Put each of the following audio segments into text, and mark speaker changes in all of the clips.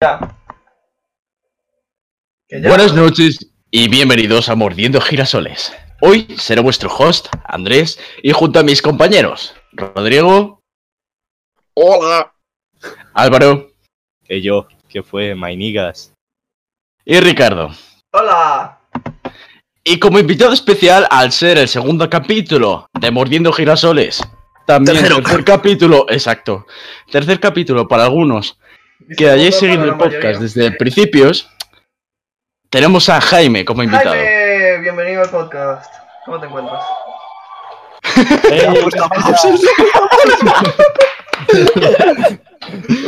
Speaker 1: Ya. Que ya.
Speaker 2: Buenas noches y bienvenidos a Mordiendo Girasoles. Hoy seré vuestro host, Andrés, y junto a mis compañeros, Rodrigo. Hola. Álvaro
Speaker 3: que yo, que fue Mainigas.
Speaker 2: y Ricardo.
Speaker 1: Hola.
Speaker 2: Y como invitado especial, al ser el segundo capítulo de Mordiendo Girasoles, también
Speaker 4: Tercero.
Speaker 2: tercer capítulo, exacto, tercer capítulo para algunos que hayáis seguido el podcast desde principios, tenemos a Jaime como invitado.
Speaker 1: Jaime, bienvenido al podcast. ¿Cómo te encuentras?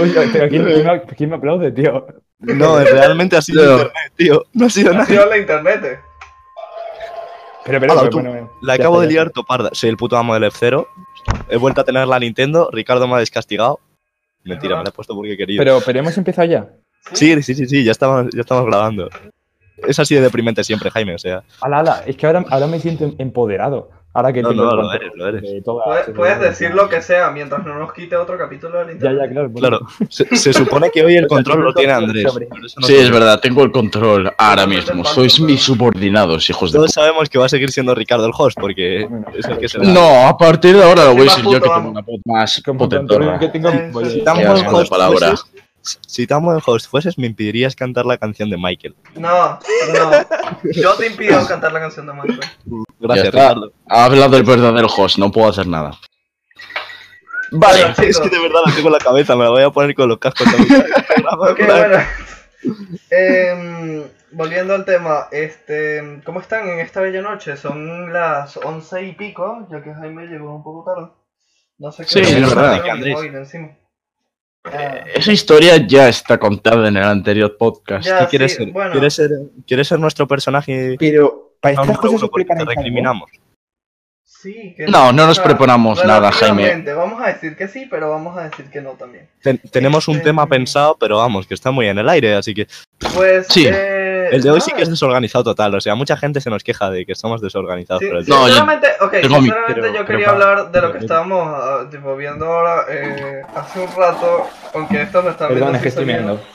Speaker 5: Oye, pero ¿quién, quién me, quién me aplaude, tío?
Speaker 3: No, realmente ha sido
Speaker 2: No.
Speaker 3: internet, tío. No ha sido
Speaker 1: Ha
Speaker 3: nada.
Speaker 1: sido la internet. eh.
Speaker 5: Pero, pero,
Speaker 3: Hala,
Speaker 5: pero,
Speaker 3: tú.
Speaker 5: bueno, bueno,
Speaker 3: La
Speaker 5: ya
Speaker 3: acabo de
Speaker 5: está, ya
Speaker 3: liar toparda. Soy el puto amo del F0. He vuelto a tener la Nintendo. Ricardo me ha descastigado. Mentira, me la he puesto porque he
Speaker 5: está.
Speaker 3: querido.
Speaker 5: Pero, pero hemos empezado ya.
Speaker 3: Sí, sí, sí, sí, ya estamos, ya estamos grabando. Es así de deprimente siempre, Jaime, o sea.
Speaker 5: Ala, ala, es que ahora, ahora me siento empoderado. Ahora que
Speaker 3: No,
Speaker 5: tengo
Speaker 3: no,
Speaker 5: el
Speaker 3: lo
Speaker 5: control
Speaker 3: eres, lo eres.
Speaker 5: de toda-
Speaker 1: Puedes,
Speaker 5: de
Speaker 1: puedes
Speaker 5: toda-
Speaker 1: decir lo que sea mientras no nos quite otro capítulo del
Speaker 5: Ya,
Speaker 1: internet.
Speaker 5: ya, claro. bueno.
Speaker 3: Claro, se, se supone que hoy el control lo tiene Andrés. pero eso no
Speaker 2: Sí,
Speaker 3: se
Speaker 2: es
Speaker 3: ve.
Speaker 2: verdad, tengo el control ahora mismo. Sois mis subordinados, hijos de
Speaker 3: Todos
Speaker 2: puta.
Speaker 3: sabemos que va a seguir siendo Ricardo el host porque
Speaker 5: Bueno,
Speaker 3: es el que se la-
Speaker 2: No, a partir de ahora lo voy a decir yo
Speaker 1: puto
Speaker 2: que tengo
Speaker 1: amo.
Speaker 2: una voz más
Speaker 5: Como el
Speaker 2: potentorra.
Speaker 5: control que tengo, Pues,
Speaker 1: Sí,
Speaker 5: voy a-
Speaker 1: sí.
Speaker 3: Tan
Speaker 2: Qué
Speaker 3: buen
Speaker 2: asco de
Speaker 3: host
Speaker 2: palabra.
Speaker 3: fueses- si tan buen host fueses, me impedirías cantar la canción de Michael.
Speaker 1: No, no. Yo te impido cantar la canción de Minecraft.
Speaker 3: Gracias,
Speaker 2: Ya está.
Speaker 3: Ricardo.
Speaker 2: Ha hablado el verdadero host, no puedo hacer nada.
Speaker 1: Bueno,
Speaker 2: Vale,
Speaker 1: chicos,
Speaker 3: Es que de verdad la tengo en la cabeza, me la voy a poner con los cascos también.
Speaker 1: ok, bueno. Em, volviendo al tema, este, ¿cómo están en esta bella noche? Son las once y pico, ya que Jaime llegó un poco tarde. No sé qué
Speaker 2: Sí,
Speaker 1: hora
Speaker 2: es
Speaker 1: pero
Speaker 2: verdad.
Speaker 1: tengo mi
Speaker 3: Andrés.
Speaker 1: móvil encima.
Speaker 3: Eh,
Speaker 1: Ah,
Speaker 2: esa historia ya está contada en el anterior podcast.
Speaker 1: Ya,
Speaker 3: ¿Qué quieres
Speaker 1: sí,
Speaker 3: ser?
Speaker 1: bueno.
Speaker 3: ¿Quieres ser? ¿Quieres ser nuestro personaje?
Speaker 5: Pero para estas
Speaker 3: número
Speaker 5: cosas
Speaker 3: uno?
Speaker 5: se
Speaker 3: Porque te
Speaker 5: preparan algo.
Speaker 3: recriminamos.
Speaker 1: sí, que-
Speaker 2: No, no nos
Speaker 1: ah,
Speaker 2: preparamos nada, Jaime.
Speaker 1: relativamente. Vamos a decir que sí, pero vamos a decir que no también.
Speaker 3: Ten- tenemos un
Speaker 1: Este-
Speaker 3: tema pensado, pero vamos, que está muy en el aire, así que
Speaker 1: Pues.
Speaker 2: Sí,
Speaker 1: eh,
Speaker 3: el de hoy sí
Speaker 1: nada,
Speaker 3: que es desorganizado total. O sea, mucha gente se nos queja de que somos desorganizados.
Speaker 1: Sí,
Speaker 3: pero el
Speaker 2: No, yo-
Speaker 1: sinceramente, ok,
Speaker 2: tengo mi-
Speaker 1: sinceramente
Speaker 3: pero-
Speaker 1: yo
Speaker 3: pero
Speaker 1: quería
Speaker 3: pa-
Speaker 1: hablar de lo que
Speaker 3: pero-
Speaker 1: estábamos ah, tipo, viendo ahora eh, hace un rato, aunque esto lo está viendo.
Speaker 5: Perdón, es
Speaker 1: si
Speaker 5: que estoy
Speaker 1: sonido.
Speaker 5: mirando.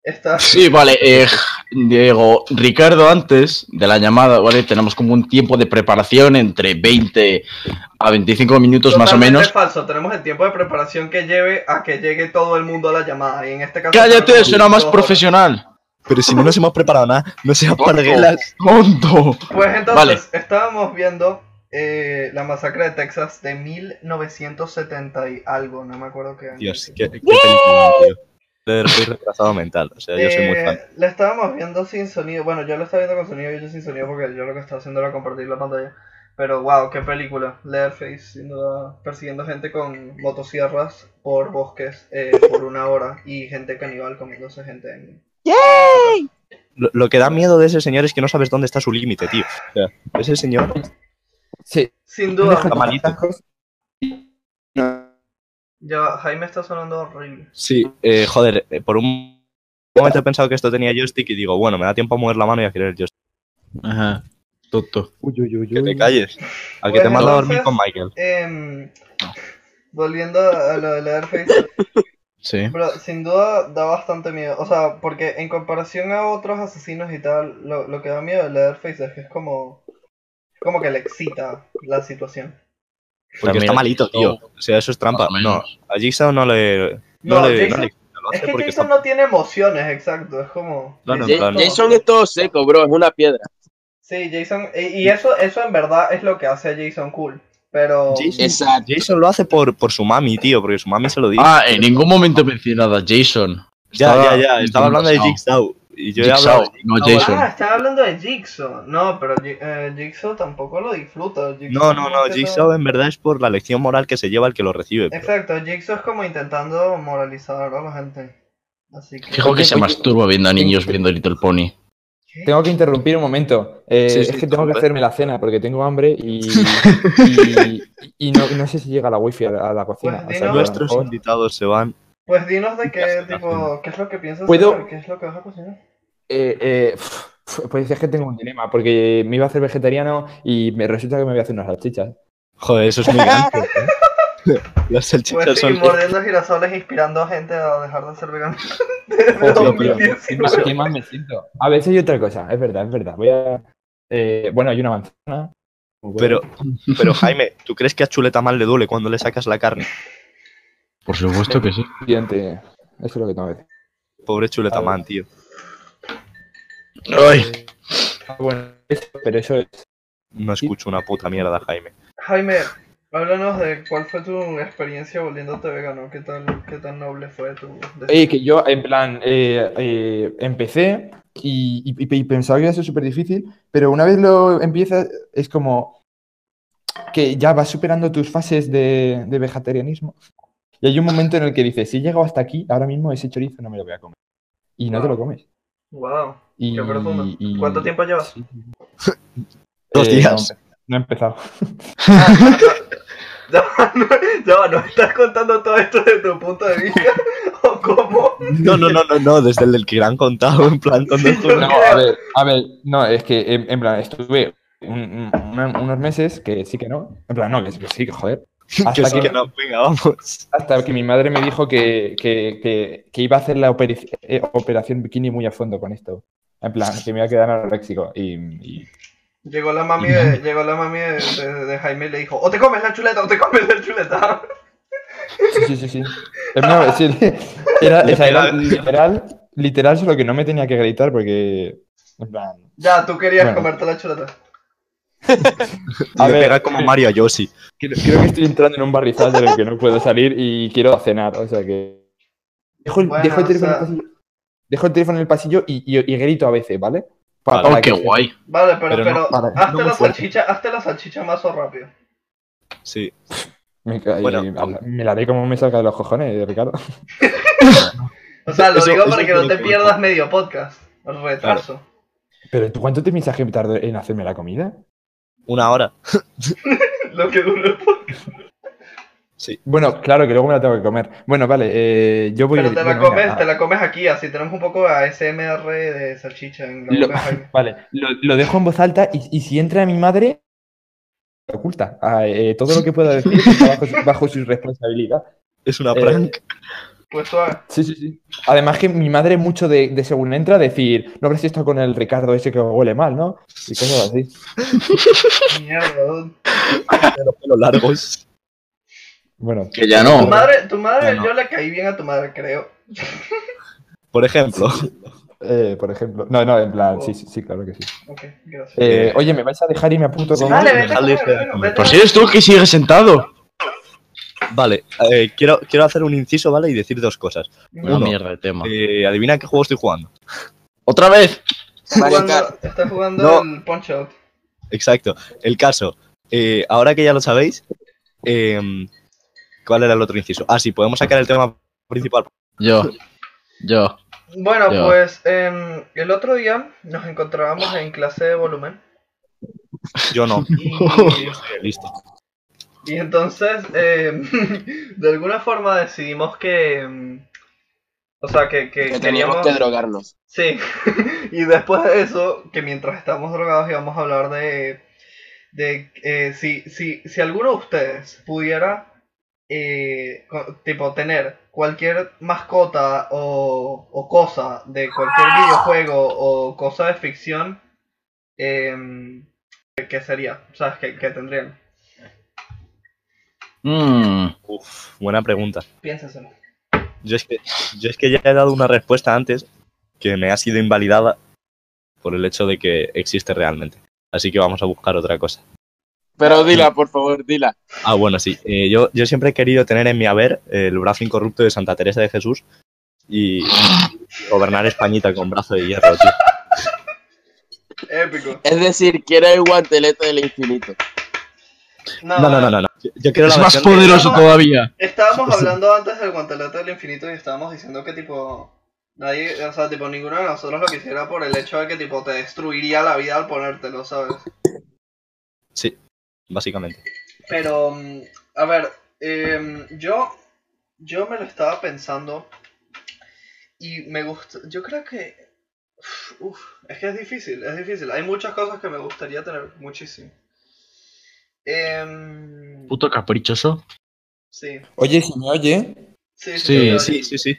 Speaker 1: Está...
Speaker 2: Sí, vale, eh, Diego, Ricardo, antes de la llamada, ¿vale? Tenemos como un tiempo de preparación entre 20 a 25 minutos más o
Speaker 1: Totalmente
Speaker 2: menos.
Speaker 1: falso, tenemos el tiempo de preparación que lleve a que llegue todo el mundo a la llamada. Y en este caso.
Speaker 2: Cállate,
Speaker 1: tenemos
Speaker 2: suena más
Speaker 1: dos horas.
Speaker 2: profesional.
Speaker 3: Pero si no nos hemos preparado nada, no seas parguelas.
Speaker 2: ¡Tonto!
Speaker 1: Pues
Speaker 2: Vale.
Speaker 1: entonces, estábamos viendo eh, la masacre de Texas de 1970 y algo, no me acuerdo qué año.
Speaker 3: Dios, qué, qué película, tío. De- Soy retrasado mental, o sea, yo soy muy
Speaker 1: Eh,
Speaker 3: fan.
Speaker 1: La estábamos viendo sin sonido. Bueno, yo la estaba viendo con sonido y yo sin sonido porque yo lo que estaba haciendo era compartir la pantalla. Pero wow, qué película. Leatherface, sin duda, persiguiendo gente con motosierras por bosques eh, por una hora y gente caníbal comiéndose gente en.
Speaker 3: Lo, lo que da miedo de ese señor es que no sabes dónde está su límite, tío. O sea, ese señor
Speaker 5: Sí,
Speaker 1: Sin
Speaker 5: no
Speaker 1: duda,
Speaker 5: dejan
Speaker 3: Está malito.
Speaker 5: atajos.
Speaker 1: ya Jaime está sonando horrible.
Speaker 3: Sí, eh, joder, eh, por un momento he pensado que esto tenía joystick y digo, bueno, me da tiempo a mover la mano y a querer el joystick.
Speaker 2: Ajá, tonto.
Speaker 5: Uy, uy, uy,
Speaker 3: Que te
Speaker 5: uy.
Speaker 3: calles. Al que te
Speaker 1: Bueno,
Speaker 3: manda a dormir
Speaker 1: entonces-
Speaker 3: con Michael.
Speaker 1: Em, volviendo a lo de Leatherface,
Speaker 2: Sí.
Speaker 1: Pero sin duda da bastante miedo. O sea, porque en comparación a otros asesinos y tal, lo, lo que da miedo de Leatherface es que es como. es como que le excita la situación.
Speaker 3: Porque
Speaker 2: También Oh.
Speaker 3: está malito, tío.
Speaker 2: esto-
Speaker 3: O sea, eso es trampa.
Speaker 2: Más o
Speaker 3: No,
Speaker 2: menos.
Speaker 3: a Jigsaw no le. No,
Speaker 1: No,
Speaker 3: le.
Speaker 1: Jason-
Speaker 3: no le- lo
Speaker 1: Es
Speaker 3: hace
Speaker 1: que
Speaker 3: porque
Speaker 1: Jason
Speaker 3: está.
Speaker 1: no tiene emociones, exacto. Es como.
Speaker 3: Claro,
Speaker 1: Jason-
Speaker 3: claro.
Speaker 4: Jason es todo seco, bro, es una piedra.
Speaker 1: Sí, Jason. Y, y eso, eso en verdad es lo que hace a Jason cool. Pero.
Speaker 3: Jason-
Speaker 4: Exacto.
Speaker 3: Jason lo hace por, por su mami, tío, porque su mami se lo dice.
Speaker 2: Ah, en ningún momento mencionada Jason.
Speaker 3: ya,
Speaker 2: estaba-
Speaker 3: ya, ya. Estaba hablando de Jigsaw. Y yo he hablado.
Speaker 2: Jigsaw,
Speaker 3: de
Speaker 2: no
Speaker 3: Jigsaw.
Speaker 2: Jason.
Speaker 1: Ah, estaba hablando de Jigsaw. No, pero Ji- eh, Jigsaw tampoco lo disfruta. Jigsaw
Speaker 3: No, no, no.
Speaker 1: hace
Speaker 3: Jigsaw en verdad es por la lección moral que se lleva el que lo recibe. pero-
Speaker 1: Exacto, Jigsaw es como intentando moralizar a la gente. Así que.
Speaker 2: Fijo que se masturba viendo a niños viendo Little Pony.
Speaker 1: ¿Qué?
Speaker 5: Tengo que interrumpir un momento. Eh,
Speaker 3: Sí, sí,
Speaker 5: es que tengo
Speaker 3: hombre.
Speaker 5: que hacerme la cena porque tengo hambre y, y, y no, no sé si llega la wifi a la, a la cocina.
Speaker 1: Pues
Speaker 5: O sea, que a lo
Speaker 3: Nuestros
Speaker 5: mejor-
Speaker 3: invitados se van.
Speaker 1: Pues dinos de qué,
Speaker 3: Gracias,
Speaker 1: tipo, qué es lo que piensas
Speaker 5: ¿Puedo?
Speaker 1: hacer, qué es lo que vas a cocinar.
Speaker 5: Eh, eh, pf, pf, pues es que tengo un dilema, porque me iba a hacer vegetariano y me resulta que me voy a hacer unas salchichas.
Speaker 3: Joder, eso es muy grande. Las ¿eh? salchichas
Speaker 1: Pues sí,
Speaker 3: son.
Speaker 1: mordiendo girasoles inspirando a gente a dejar de ser vegano.
Speaker 5: Joder,
Speaker 1: Desde
Speaker 5: tío.
Speaker 1: 2019.
Speaker 6: ¿Qué más me siento?
Speaker 5: A veces hay otra cosa, es verdad, es verdad. Voy a. eh, bueno, hay una manzana. muy buena.
Speaker 3: Pero, pero Jaime, ¿tú crees que a Chuleta mal le duele cuando le sacas la carne?
Speaker 2: Por supuesto que sí.
Speaker 5: Siguiente. Eso es lo que tengo que decir.
Speaker 3: Pobre Chuleta man, tío.
Speaker 2: Ay,
Speaker 5: Ah, Bueno, eso- pero eso es.
Speaker 3: No escucho una puta mierda, Jaime.
Speaker 1: Jaime, háblanos de cuál fue tu experiencia volviéndote vegano. ¿Qué tal, qué tan noble fue tu decisión?
Speaker 5: Eh, que yo, en plan, eh, eh, empecé y, y- y pensaba que iba a ser súper difícil, pero una vez lo empiezas, es como que ya vas superando tus fases de, de vegetarianismo. Y hay un momento en el que dices, si he llegado hasta aquí, ahora mismo ese chorizo no me lo voy a comer. Y no te
Speaker 1: Ah.
Speaker 5: lo comes.
Speaker 1: Wow,
Speaker 5: Y,
Speaker 1: qué profundo.
Speaker 5: y-
Speaker 1: ¿Cuánto tiempo llevas?
Speaker 3: Dos
Speaker 5: Eh,
Speaker 3: días.
Speaker 5: No, no he empezado.
Speaker 1: Ah, Ya, va, no, ya va, ¿nos estás contando todo esto desde tu punto de vista? ¿O cómo?
Speaker 3: No, no, no, no, no, desde el del que han contado, en plan, cuando
Speaker 1: Sí,
Speaker 5: No, a ver, a ver, no, es que en, en plan, estuve un- un- una- unos meses que sí que no. En plan, no, que sí, que sí, que joder. Hasta
Speaker 3: que sí
Speaker 5: que-
Speaker 3: que no, venga, vamos.
Speaker 5: Hasta que mi madre me dijo que, que- que- que iba a hacer la operi- eh, operación bikini muy a fondo con esto. En plan, que me iba a quedar anoréxico. Y, y-
Speaker 1: Llegó la mami, de, llegó la mami de, de- de Jaime y le dijo, o te comes la chuleta o te comes la chuleta.
Speaker 5: Sí, sí, sí. sí. Eh, no, sí, era, o sea, era literal, literal, solo que no me tenía que gritar porque. En plan.
Speaker 1: Ya, tú querías
Speaker 5: Bueno.
Speaker 1: comerte la chuleta.
Speaker 5: A
Speaker 3: Le
Speaker 5: ver.
Speaker 3: pega como Mario a Yoshi.
Speaker 5: Creo, creo que estoy entrando en un barrizal del que no puedo salir y quiero cenar, o sea que... Dejo el,
Speaker 1: Bueno,
Speaker 5: dejo el
Speaker 1: o
Speaker 5: teléfono,
Speaker 1: sea-
Speaker 5: en el pasillo, dejo el teléfono en el pasillo y, y- y grito a veces, ¿vale? Pa-
Speaker 2: oh,
Speaker 5: para
Speaker 2: qué
Speaker 5: que-
Speaker 2: guay.
Speaker 1: Vale, pero, pero,
Speaker 3: Pero no,
Speaker 5: vale,
Speaker 1: hazte
Speaker 3: no muy
Speaker 1: la
Speaker 3: fuerte.
Speaker 1: salchicha, hazte la salchicha más o rápido.
Speaker 3: Sí.
Speaker 5: Me, ca- y-
Speaker 3: Bueno,
Speaker 5: y- me la haré como me salga de los cojones, eh, Ricardo.
Speaker 1: O sea, lo
Speaker 3: Eso-
Speaker 1: digo
Speaker 3: eso
Speaker 1: para que
Speaker 3: tiene
Speaker 1: no te
Speaker 3: que-
Speaker 1: pierdas medio podcast. Retraso.
Speaker 5: Pero ¿tú cuánto te piensas que tardó en hacerme la comida?
Speaker 3: Una hora.
Speaker 1: Lo que duró el podcast.
Speaker 5: Bueno, claro que luego me la tengo que comer. Bueno, vale, eh, yo voy...
Speaker 1: Pero te la
Speaker 5: bueno, venga,
Speaker 1: comes, te
Speaker 5: ah,
Speaker 1: la comes aquí, así tenemos un poco a SMR de salchicha en la
Speaker 5: Lo-
Speaker 1: boca de Jaime.
Speaker 5: Vale, lo, lo dejo en voz alta y, y si entra mi madre, lo oculta. Ah, eh, todo lo que pueda decir está bajo, su- bajo su responsabilidad.
Speaker 3: Es una
Speaker 5: Eh,
Speaker 3: prank.
Speaker 1: Pues suave.
Speaker 5: Sí, sí, sí. Además que mi madre mucho de, de según entra decir, no habrás estado con el Ricardo ese que huele mal, ¿no? Y cosas así.
Speaker 1: Mierda, dude.
Speaker 3: los pelos largos.
Speaker 5: Bueno,
Speaker 2: Que ya
Speaker 1: Tu
Speaker 2: no.
Speaker 1: madre, tu madre,
Speaker 3: Ya no.
Speaker 1: yo le caí bien a tu madre, creo.
Speaker 3: Por ejemplo,
Speaker 5: eh, por ejemplo. No, no, en plan, sí, sí, sí, claro que sí.
Speaker 1: Ok, gracias.
Speaker 5: Eh, oye, ¿me vais a dejar y me apunto
Speaker 3: Sí,
Speaker 5: con
Speaker 1: Vale, vete a
Speaker 3: dejadle
Speaker 1: comer,
Speaker 3: usted a
Speaker 1: bueno,
Speaker 3: comer.
Speaker 1: vete a
Speaker 2: Pero si
Speaker 1: comer.
Speaker 2: eres tú el que sigues sentado.
Speaker 3: vale, eh, quiero, quiero hacer un inciso, ¿vale? Y decir dos cosas.
Speaker 2: Una
Speaker 3: Uno.
Speaker 2: mierda de tema.
Speaker 3: Eh, adivina qué juego estoy jugando.
Speaker 2: Otra vez.
Speaker 1: Está
Speaker 4: Mario Kart.
Speaker 1: jugando, está jugando
Speaker 3: No.
Speaker 1: el Punch Out.
Speaker 3: Exacto. El caso. eh, ahora que ya lo sabéis, em, ¿cuál era el otro inciso? Ah, sí, podemos sacar el tema principal.
Speaker 2: Yo. Yo.
Speaker 1: Bueno,
Speaker 2: Ya.
Speaker 1: pues em, el otro día nos encontrábamos en clase de volumen.
Speaker 3: Yo no.
Speaker 1: Y
Speaker 3: Listo.
Speaker 1: Y entonces, eh, de alguna forma decidimos que. mm, O sea, que, que
Speaker 4: Que teníamos
Speaker 1: queríamos.
Speaker 4: que drogarnos.
Speaker 1: Sí. y después de eso, que mientras estábamos drogados íbamos a hablar de. De eh, si, si, si alguno de ustedes pudiera. eh, co- tipo, tener cualquier mascota o, o cosa de cualquier videojuego o cosa de ficción. em, ¿Qué qué sería? O sea, ¿qué, qué tendrían?
Speaker 2: Mm.
Speaker 3: Uf, buena pregunta.
Speaker 1: Piénsenselo.
Speaker 3: Yo es, que, yo es que ya he dado una respuesta antes que me ha sido invalidada por el hecho de que existe realmente. Así que vamos a buscar otra cosa.
Speaker 4: Pero dila, por favor, dila.
Speaker 3: Ah, bueno, sí. Eh, yo, yo siempre he querido tener en mi haber el brazo incorrupto de Santa Teresa de Jesús y gobernar Españita con brazo de hierro, tío.
Speaker 1: Épico.
Speaker 4: Es decir, quiere el guantelete del infinito.
Speaker 3: No, no, no, no. no. Yo, yo quiero la
Speaker 2: Es más
Speaker 3: versión de-
Speaker 2: poderoso todavía.
Speaker 1: Estábamos hablando antes del guantelete del infinito y estábamos diciendo que tipo nadie, o sea, tipo ninguno de nosotros lo quisiera por el hecho de que tipo te destruiría la vida al ponértelo, ¿sabes?
Speaker 3: Básicamente.
Speaker 1: Pero mm, a ver, em, yo yo me lo estaba pensando y me gusta, yo creo que uf, es que es difícil, es difícil. Hay muchas cosas que me gustaría tener muchísimo. Em,
Speaker 2: Puto caprichoso.
Speaker 1: Sí,
Speaker 5: Oye, si me oye.
Speaker 1: sí,
Speaker 2: Sí,
Speaker 1: yo-
Speaker 3: Sí, sí, sí.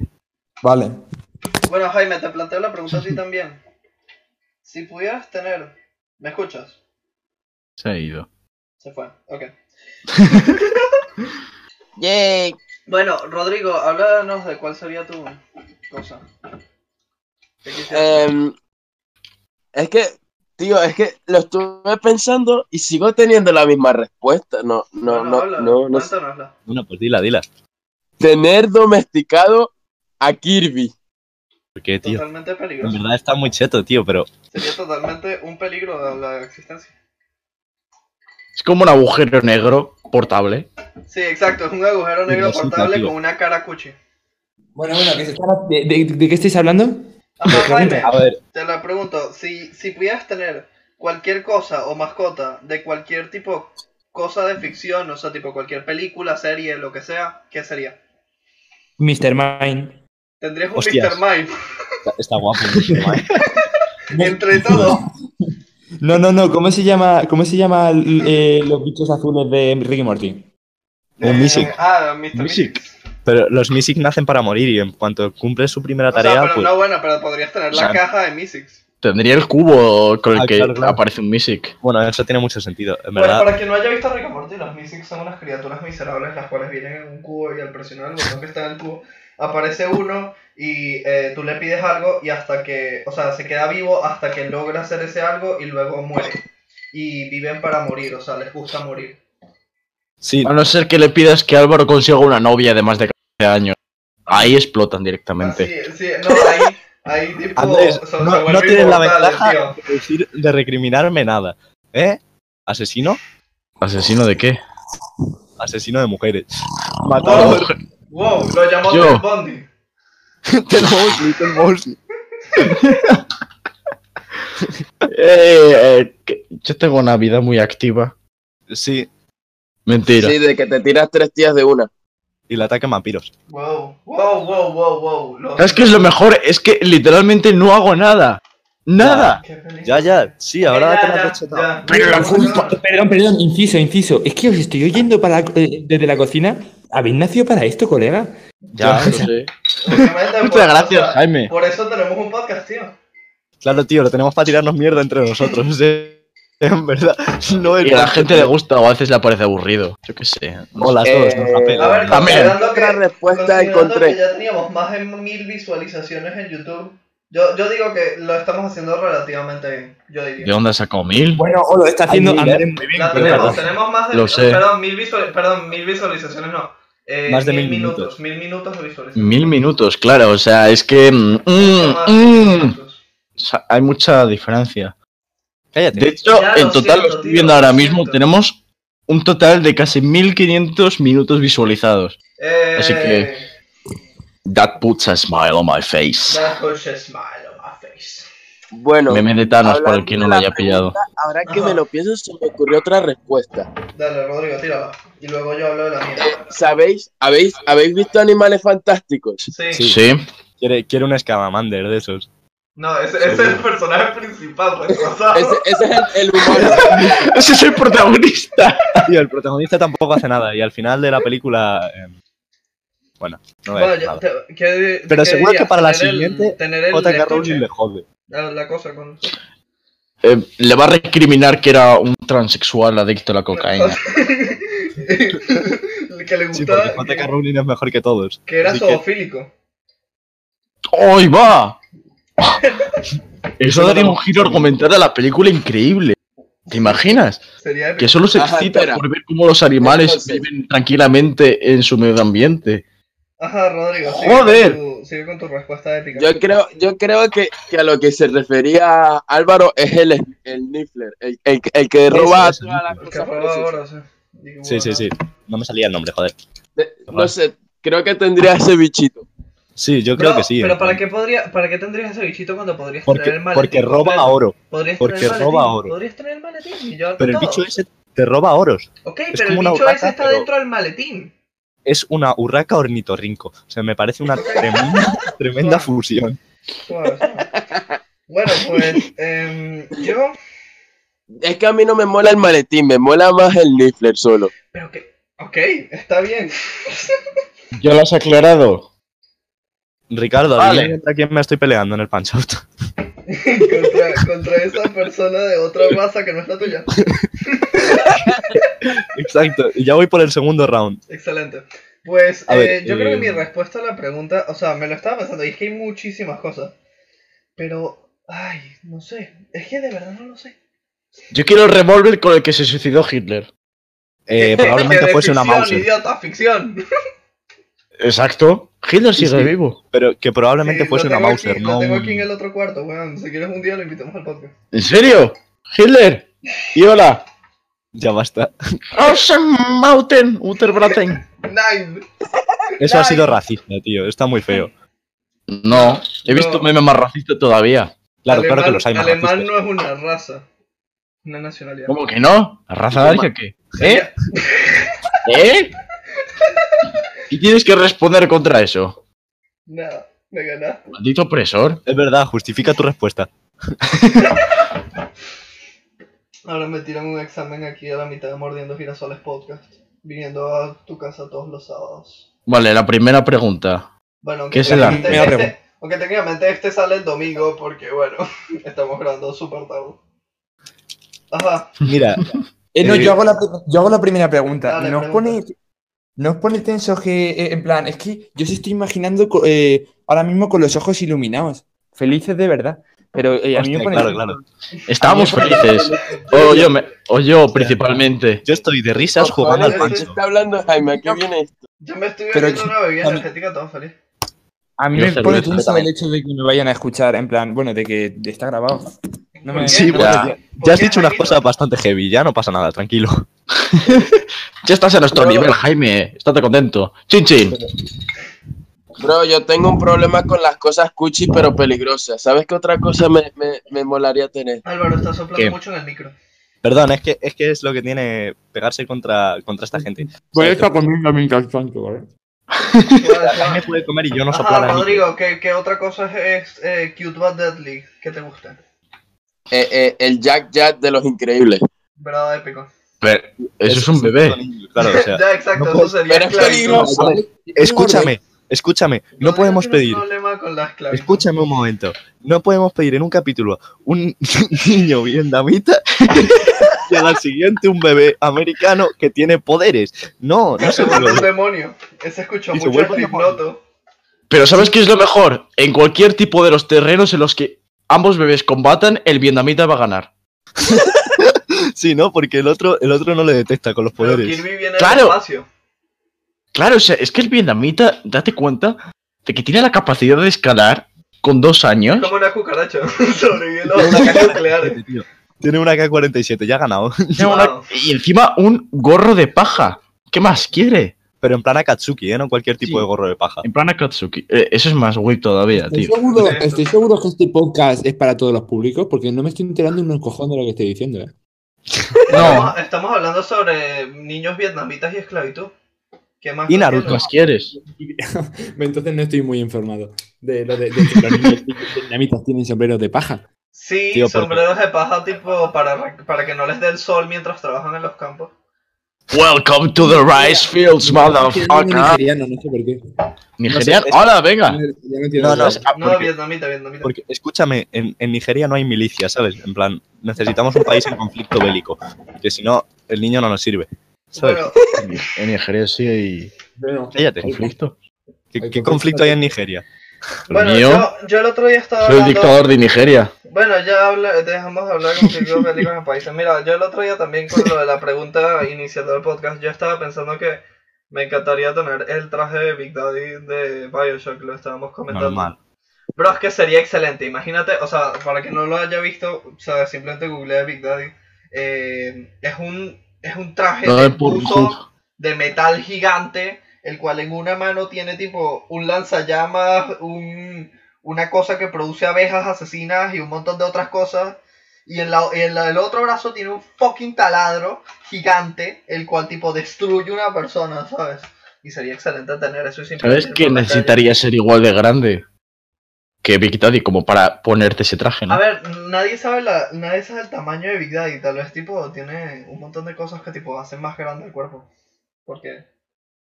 Speaker 5: Vale.
Speaker 1: Bueno, Jaime, te planteo la pregunta a ti también. Si pudieras tener... ¿Me escuchas?
Speaker 2: Se ha ido.
Speaker 1: Se fue, ok.
Speaker 4: Yay.
Speaker 1: Bueno, Rodrigo, háblanos de cuál sería tu cosa. ¿Qué quisieras?
Speaker 4: Em, es que, tío, es que lo estuve pensando y sigo teniendo la misma respuesta. No, no,
Speaker 1: Bueno,
Speaker 4: no,
Speaker 1: habla,
Speaker 4: no, no sé.
Speaker 1: cuéntanosla.
Speaker 3: Bueno, pues dila, dila.
Speaker 4: Tener domesticado a Kirby.
Speaker 3: ¿Por qué, tío?
Speaker 1: Totalmente
Speaker 3: En
Speaker 1: peligroso.
Speaker 3: verdad está muy cheto, tío, pero
Speaker 1: Sería totalmente un peligro a la existencia.
Speaker 2: Es como un agujero negro portable.
Speaker 1: Sí, exacto, es un agujero negro
Speaker 3: Peligrosita,
Speaker 1: portable
Speaker 3: tío.
Speaker 1: con una cara cuchi.
Speaker 5: Bueno, bueno, que se estaba- ¿De, de- de qué estáis hablando?
Speaker 1: Ajá, Jaime,
Speaker 3: a ver,
Speaker 1: te la pregunto, si, si pudieras tener cualquier cosa o mascota de cualquier tipo, cosa de ficción, o sea, tipo cualquier película, serie, lo que sea, ¿qué sería?
Speaker 5: Mr. Mine.
Speaker 1: Tendrías un
Speaker 3: Hostias.
Speaker 1: Mr. Mime
Speaker 3: está, está guapo. ¿no?
Speaker 1: entre todos.
Speaker 5: No, no, no. ¿Cómo se llama, cómo se llama el- eh, los bichos azules de Ricky Morty?
Speaker 3: Un Misic.
Speaker 1: Ah, Mr. Misic.
Speaker 2: Music.
Speaker 3: pero los Misic nacen para morir y en cuanto cumple su primera
Speaker 1: O sea,
Speaker 3: tarea,
Speaker 1: pero
Speaker 3: pues
Speaker 1: no, bueno, pero podrías tener la
Speaker 2: O sea,
Speaker 1: caja de Misics.
Speaker 2: Tendría el cubo con el
Speaker 3: Ah,
Speaker 2: que
Speaker 3: claro, claro.
Speaker 2: aparece un Misic.
Speaker 3: bueno, eso tiene mucho sentido, en
Speaker 1: Bueno,
Speaker 3: verdad.
Speaker 1: para quien no haya visto Rick and Morty, los Mystics son unas criaturas miserables las cuales vienen en un cubo y al presionar el botón que está en el cubo aparece uno y eh, tú le pides algo y hasta que, o sea, se queda vivo hasta que logra hacer ese algo y luego muere. Y viven para morir, o sea, les gusta morir.
Speaker 3: Sí,
Speaker 2: A no ser que le pidas que Álvaro consiga una novia de más de 14 años. Ahí explotan directamente.
Speaker 1: Sí, sí, no, ahí, ahí tipo,
Speaker 3: Andrés,
Speaker 1: se- se
Speaker 3: no, no
Speaker 1: vuelven
Speaker 3: tienes la
Speaker 1: inmortales,
Speaker 3: ventaja
Speaker 1: tío.
Speaker 3: de, decir- de recriminarme nada. ¿Eh? ¿Asesino?
Speaker 2: ¿Asesino de qué?
Speaker 3: Asesino de mujeres.
Speaker 1: Wow,
Speaker 3: Matador.
Speaker 1: wow, lo llamó
Speaker 2: Yo.
Speaker 1: Ted Bundy.
Speaker 3: Ted Mosby, Ted Mosby.
Speaker 2: Eh, eh, que- yo tengo una vida muy activa.
Speaker 3: Sí,
Speaker 2: Mentira.
Speaker 4: Sí, de que te tiras tres tías de una.
Speaker 3: y le ataque vampiros.
Speaker 1: Wow, wow, wow, wow, wow. lo-
Speaker 2: ¿Sabes qué es lo mejor? Es que literalmente no hago nada. ¡Nada!
Speaker 1: Qué feliz. Eh,
Speaker 3: Ya, ya, sí, ahora
Speaker 1: Ya,
Speaker 3: te
Speaker 1: ya,
Speaker 3: la has chetado.
Speaker 1: ya.
Speaker 5: Pero la
Speaker 1: No,
Speaker 5: culpa-
Speaker 1: no, no.
Speaker 5: Perdón, perdón, inciso, inciso. Es que os estoy oyendo para, eh, desde la cocina. ¿Habéis nacido para esto, colega?
Speaker 2: Ya,
Speaker 5: Ya.
Speaker 2: lo sé.
Speaker 1: Obviamente, por-
Speaker 2: Muchas
Speaker 1: o
Speaker 2: gracias,
Speaker 1: sea,
Speaker 2: Jaime.
Speaker 1: Por eso tenemos un podcast, tío.
Speaker 3: Claro, tío, lo tenemos para tirarnos mierda entre nosotros. ¿eh? En verdad, no es
Speaker 2: Y a la gente le gusta o a veces le parece aburrido. Yo qué sé. no
Speaker 3: O las dos,
Speaker 4: Eh,
Speaker 3: nos la pelan.
Speaker 1: A ver,
Speaker 2: También.
Speaker 1: considerando que,
Speaker 4: Otra respuesta
Speaker 1: considerando que
Speaker 4: Pues encontré.
Speaker 1: ya teníamos más de mil visualizaciones en YouTube, yo, yo digo que lo estamos haciendo relativamente bien, yo diría.
Speaker 2: ¿De dónde ha sacado mil?
Speaker 5: Bueno, o lo está haciendo
Speaker 3: Ay,
Speaker 5: Andrés muy bien.
Speaker 1: La
Speaker 2: pero
Speaker 1: tenemos,
Speaker 2: perdón.
Speaker 1: tenemos más de,
Speaker 2: Lo sé.
Speaker 1: Perdón, mil visual- perdón, mil visualizaciones, no. Eh,
Speaker 3: Más de mil
Speaker 1: minutos,
Speaker 3: minutos.
Speaker 1: Mil minutos de visualizaciones.
Speaker 2: Mil minutos, claro. O sea, es que. mm, mm,
Speaker 1: Más de mil
Speaker 2: mm,
Speaker 1: minutos.
Speaker 2: o sea, hay mucha diferencia.
Speaker 3: Cállate.
Speaker 2: De hecho,
Speaker 1: Ya lo
Speaker 2: en total,
Speaker 1: siento,
Speaker 2: lo estoy
Speaker 1: tío,
Speaker 2: viendo
Speaker 1: lo
Speaker 2: ahora mismo,
Speaker 1: siento.
Speaker 2: tenemos un total de casi 1500 minutos visualizados.
Speaker 1: Eh,
Speaker 2: Así que- That puts a smile on my face.
Speaker 1: that puts a smile on my face.
Speaker 4: Bueno,
Speaker 2: Meme de Thanos, para el
Speaker 4: hablando
Speaker 2: que no
Speaker 4: de
Speaker 2: lo
Speaker 4: la
Speaker 2: haya pillado.
Speaker 4: pregunta, ahora que
Speaker 1: Ajá.
Speaker 4: me lo pienso, se me ocurrió otra respuesta.
Speaker 1: Dale, Rodrigo, tírala. Y luego yo hablo de la mía.
Speaker 4: ¿Sabéis? ¿Habéis, ¿habéis visto Animales Fantásticos?
Speaker 1: Sí.
Speaker 3: Sí.
Speaker 2: Sí.
Speaker 3: Quiere, quiere un escamamander de esos.
Speaker 1: No, ese, ese es el personaje principal, pues, retrasado.
Speaker 4: Ese, ese es el, el humano.
Speaker 2: Ese es el protagonista.
Speaker 3: Tío, el protagonista tampoco hace nada y al final de la película. eh, bueno, no voy a
Speaker 1: Bueno,
Speaker 3: decir
Speaker 1: yo
Speaker 3: nada.
Speaker 1: te- ¿qué-
Speaker 3: Pero
Speaker 1: qué
Speaker 3: seguro que
Speaker 1: dirías?
Speaker 3: para la
Speaker 1: Tener el-
Speaker 3: siguiente,
Speaker 1: tener el
Speaker 3: J.K.
Speaker 1: estuche,
Speaker 3: Rowling le jode.
Speaker 1: la, la cosa con
Speaker 2: Eh, le va a recriminar que era un transexual adicto a la cocaína.
Speaker 1: que le
Speaker 3: Sí, porque
Speaker 1: gustaba
Speaker 3: J.K.
Speaker 1: que,
Speaker 3: Rowling es mejor que todos.
Speaker 1: que era
Speaker 3: Así que-
Speaker 1: zoofílico.
Speaker 2: ¡Hoy va!
Speaker 3: Eso
Speaker 2: Eso daría
Speaker 3: no-
Speaker 2: un giro argumental a la película increíble. ¿Te imaginas?
Speaker 1: Sería
Speaker 2: Que solo se
Speaker 4: Ajá,
Speaker 2: excita
Speaker 4: espera.
Speaker 2: por ver cómo los animales
Speaker 4: Entonces.
Speaker 2: viven tranquilamente en su medio ambiente.
Speaker 1: Ajá, Rodrigo, sigue
Speaker 2: Joder.
Speaker 1: con tu, sigue con tu respuesta épica.
Speaker 4: Yo creo, yo creo que, que a lo que se refería Álvaro es el, el Niffler, el, el- el que roba
Speaker 3: Ese, ese
Speaker 4: todas las
Speaker 1: El que
Speaker 4: cosas
Speaker 1: roba
Speaker 4: preciosas.
Speaker 1: ahora, sí. Digo,
Speaker 3: Sí, sí,
Speaker 1: bueno,
Speaker 3: sí. No me salía el nombre, joder.
Speaker 4: De- No sé, creo que tendría ese bichito.
Speaker 3: Sí, yo creo
Speaker 1: Bro,
Speaker 3: que sí.
Speaker 1: Pero
Speaker 3: en
Speaker 1: ¿para
Speaker 3: plan.
Speaker 1: qué, podría, ¿para qué tendrías ese bichito cuando podrías tener
Speaker 3: Porque,
Speaker 1: el maletín?
Speaker 3: porque roba
Speaker 1: completo?
Speaker 3: oro.
Speaker 1: Podrías
Speaker 3: porque
Speaker 1: tener el maletín,
Speaker 3: roba oro.
Speaker 1: Podrías tener el maletín y llevarte
Speaker 3: Pero el
Speaker 1: todo.
Speaker 3: bicho ese te roba oros.
Speaker 1: Ok,
Speaker 3: es
Speaker 1: pero el
Speaker 3: como una
Speaker 1: bicho
Speaker 3: urraca,
Speaker 1: ese está
Speaker 3: pero-
Speaker 1: dentro del maletín.
Speaker 3: Es una urraca ornitorrinco. O sea, me parece una tremenda, tremenda fusión.
Speaker 1: Suave, suave. Bueno, pues em, yo.
Speaker 4: Es que a mí no me mola el maletín, me mola más el Niffler solo.
Speaker 1: Pero que. Ok, está bien.
Speaker 2: Ya lo has aclarado.
Speaker 3: Ricardo,
Speaker 2: Vale.
Speaker 3: adivina contra quién me estoy peleando en el punch out.
Speaker 1: contra, contra esa persona de otra raza que no es la tuya.
Speaker 3: Exacto. Y ya voy por el segundo round.
Speaker 1: Excelente. Pues
Speaker 3: A
Speaker 1: eh,
Speaker 3: ver,
Speaker 1: yo creo que mi
Speaker 3: eh,
Speaker 1: respuesta a la pregunta, o sea, me lo estaba pensando, y es que hay muchísimas cosas. Pero, ay, no sé. Es que de verdad no lo sé.
Speaker 2: Yo quiero el revólver con el que se suicidó Hitler.
Speaker 3: Eh, probablemente
Speaker 1: Porque
Speaker 3: fuese una
Speaker 1: ficción,
Speaker 3: Mauser.
Speaker 1: idiota, ficción.
Speaker 2: Exacto. Hitler
Speaker 3: Sí,
Speaker 2: sigue
Speaker 3: sí.
Speaker 2: vivo.
Speaker 3: Pero que probablemente
Speaker 1: Sí,
Speaker 3: fuese
Speaker 1: lo
Speaker 3: una
Speaker 1: tengo
Speaker 3: Mauser,
Speaker 1: aquí,
Speaker 3: no
Speaker 1: Lo tengo aquí en
Speaker 3: un-
Speaker 1: el otro cuarto, weón. Si quieres un día lo invitamos al podcast.
Speaker 2: ¿En serio? Hitler. Y hola.
Speaker 3: Ya basta.
Speaker 2: Mauten, Utterbraten.
Speaker 1: Nine.
Speaker 3: Eso ha
Speaker 1: Ay.
Speaker 3: sido racista, tío. Está muy feo.
Speaker 2: No, he visto
Speaker 1: No.
Speaker 2: memes más racistas todavía.
Speaker 3: Claro,
Speaker 1: alemán,
Speaker 3: claro que los hay más
Speaker 1: Alemán
Speaker 3: racistas.
Speaker 1: no es una raza. Una nacionalidad.
Speaker 2: ¿Cómo que no? ¿La raza
Speaker 4: Toma.
Speaker 2: aria o qué? ¿Eh? ¿Eh? Y tienes que responder contra eso.
Speaker 1: Nada, me ganaste.
Speaker 2: Maldito opresor.
Speaker 3: Es verdad, justifica tu respuesta.
Speaker 1: Ahora me tiran un examen aquí a la mitad de Mordiendo Girasoles Podcast. Viniendo a tu casa todos los sábados.
Speaker 2: Vale, la primera pregunta.
Speaker 1: Bueno, aunque
Speaker 2: ¿Qué es la
Speaker 1: técnicamente
Speaker 5: primera
Speaker 1: este-
Speaker 5: pregunta?
Speaker 1: aunque técnicamente este sale el domingo porque, bueno, estamos grabando súper tarde. Ajá,
Speaker 3: Mira,
Speaker 5: Eh, no,
Speaker 3: Eh,
Speaker 5: yo hago, la, pri- yo hago la primera pregunta.
Speaker 1: Dale,
Speaker 5: ¿No os
Speaker 1: pregunta.
Speaker 5: pone, no os pone tenso que, eh, en plan, es que yo os estoy imaginando co- eh, ahora mismo con los ojos iluminados, felices de verdad. Pero eh, a mí me
Speaker 3: Hostia,
Speaker 5: pone
Speaker 3: claro,
Speaker 5: tenso.
Speaker 3: claro.
Speaker 2: Estábamos felices. O yo, me- o yo principalmente.
Speaker 3: yo estoy de risas
Speaker 4: eh, Por favor,
Speaker 3: jugando
Speaker 1: Vale,
Speaker 3: al
Speaker 4: ¿de qué
Speaker 3: pancho.
Speaker 4: está hablando Jaime? ¿A qué viene esto?
Speaker 1: yo me estoy
Speaker 5: Pero
Speaker 1: bebiendo
Speaker 5: que-
Speaker 1: una bebida
Speaker 5: a mí-
Speaker 1: energética todo feliz.
Speaker 5: A mí
Speaker 2: Yo
Speaker 5: me
Speaker 2: cerveza
Speaker 5: pone tenso
Speaker 4: también.
Speaker 5: el hecho de que me vayan a escuchar, en plan, bueno, de que está grabado. No me-
Speaker 2: Sí,
Speaker 5: no me-
Speaker 2: ya.
Speaker 3: Ya has dicho unas cosas bastante heavy, ya no pasa nada, tranquilo.
Speaker 2: Ya estás a nuestro
Speaker 4: No.
Speaker 2: nivel, Jaime. Estate contento. Chin, chin.
Speaker 4: Bro, yo tengo un problema con las cosas cuchi pero peligrosas. ¿Sabes qué otra cosa me, me, me molaría tener?
Speaker 1: Álvaro, está soplando
Speaker 3: ¿Qué?
Speaker 1: mucho en el micro.
Speaker 3: Perdón, es que es, que es lo que tiene pegarse contra, contra esta gente.
Speaker 5: Voy a estar comiendo mientras tanto, ¿vale?
Speaker 3: Jaime puede comer y yo no soplar
Speaker 1: Ajá,
Speaker 3: a mí.
Speaker 1: Ah, Rodrigo, ¿qué, qué otra cosa es, es, eh, Cute But Deadly que te gusta?
Speaker 4: Eh, eh, el Jack Jack de los increíbles.
Speaker 1: Verdad, épico.
Speaker 2: Pero eso es un bebé.
Speaker 3: Claro, o sea.
Speaker 1: ya, exacto,
Speaker 3: no
Speaker 1: eso
Speaker 3: puedes-
Speaker 1: sería
Speaker 4: Pero es
Speaker 1: esclavitud.
Speaker 4: peligroso.
Speaker 3: A ver, Escúchame, escúchame, no
Speaker 1: Rodrigo
Speaker 3: podemos
Speaker 1: tiene un
Speaker 3: pedir,
Speaker 1: problema con la esclavitud.
Speaker 3: escúchame un momento, no podemos pedir en un capítulo un niño vietnamita y al siguiente un bebé americano que tiene poderes. No, no se
Speaker 1: Ese es un
Speaker 3: puede.
Speaker 1: demonio. Ese escuchó
Speaker 3: Y se
Speaker 1: mucho
Speaker 3: vuelve
Speaker 1: Slipknot.
Speaker 2: Pero ¿sabes qué es lo mejor? En cualquier tipo de los terrenos en los que ambos bebés combatan, el vietnamita va a ganar.
Speaker 3: Sí, no, porque el otro, el otro no le detecta con los
Speaker 1: Pero
Speaker 3: poderes.
Speaker 1: Kirby viene
Speaker 2: Claro.
Speaker 1: del espacio.
Speaker 2: Claro, o sea, es que el vietnamita, date cuenta de que tiene la capacidad de escalar con dos
Speaker 3: ¿Eh?
Speaker 2: años.
Speaker 1: Como una cucaracha. Sobreviviendo a ataques nucleares.
Speaker 3: Tío, Tiene una K-47, ya ha ganado.
Speaker 2: Tiene una-
Speaker 1: Wow.
Speaker 2: Y encima un gorro de paja. ¿Qué más quiere?
Speaker 3: Pero en plan Akatsuki, ¿eh? No cualquier tipo
Speaker 2: Sí.
Speaker 3: de gorro de paja.
Speaker 2: En plan Akatsuki. Eh, eso es más güey todavía,
Speaker 5: Estoy
Speaker 2: tío.
Speaker 5: seguro,
Speaker 1: Sí,
Speaker 5: estoy seguro que este podcast es para todos los públicos, porque no me estoy enterando un cojón de lo que estoy diciendo. ¿eh?
Speaker 2: No,
Speaker 1: Estamos- Estamos hablando sobre niños vietnamitas y esclavitud. ¿Qué más?
Speaker 3: Y
Speaker 1: no
Speaker 3: Naruto.
Speaker 2: ¿qué
Speaker 1: quiero?
Speaker 2: más quieres?
Speaker 5: Entonces no estoy muy informado de lo de, de que los niños vietnamitas tienen sombreros de paja.
Speaker 1: Sí,
Speaker 3: Tío, porque-
Speaker 1: sombreros de paja tipo para, para que no les dé el sol mientras trabajan en los campos.
Speaker 2: Welcome to the rice fields, motherfucker.
Speaker 5: nigeriano, no sé por qué.
Speaker 2: Nigeriano. Hola, venga.
Speaker 3: Ah.
Speaker 5: Ya
Speaker 3: No, no,
Speaker 5: es...
Speaker 3: es- ah,
Speaker 1: No,
Speaker 3: porque,
Speaker 1: vietnamita, vietnamita.
Speaker 3: porque, escúchame, en, en Nigeria no hay milicia, ¿sabes? En plan, necesitamos un país en conflicto bélico, que si no, el niño no nos sirve. ¿Sabes?
Speaker 1: Bueno,
Speaker 2: En Nigeria sí hay
Speaker 3: Cállate.
Speaker 2: conflicto.
Speaker 3: ¿Qué,
Speaker 5: Hay
Speaker 3: qué
Speaker 5: conflicto.
Speaker 3: conflicto hay en Nigeria?
Speaker 1: bueno
Speaker 2: mío.
Speaker 1: yo, yo el otro día estaba
Speaker 2: Soy el
Speaker 1: hablando...
Speaker 2: dictador de Nigeria.
Speaker 1: Bueno, ya habla, dejamos de hablar con Sergio Bélico en el país. Mira, yo el otro día también con lo de la pregunta iniciando el podcast, yo estaba pensando que me encantaría tener el traje de Big Daddy de Bioshock, lo estábamos comentando.
Speaker 3: Normal.
Speaker 1: Bro, es que sería excelente, imagínate, o sea, para quien no lo haya visto, o sea, simplemente googlea Big Daddy. Eh, es un es un traje
Speaker 2: No
Speaker 1: de
Speaker 2: es por
Speaker 1: buzo de metal gigante, el cual en una mano tiene tipo un lanzallamas, un, una cosa que produce abejas asesinas y un montón de otras cosas. Y en, la, y en la- el otro brazo tiene un fucking taladro gigante, el cual tipo destruye una persona, ¿sabes? Y sería excelente tener eso. y simplemente
Speaker 2: ¿Sabes
Speaker 1: ir
Speaker 2: que
Speaker 1: por la calle.
Speaker 2: necesitaría ser igual de grande que Big Daddy como para ponerte ese traje,
Speaker 1: A
Speaker 2: no?
Speaker 1: ver, nadie sabe, la, nadie sabe el tamaño de Big Daddy, tal vez tipo tiene un montón de cosas que tipo hacen más grande el cuerpo. Porque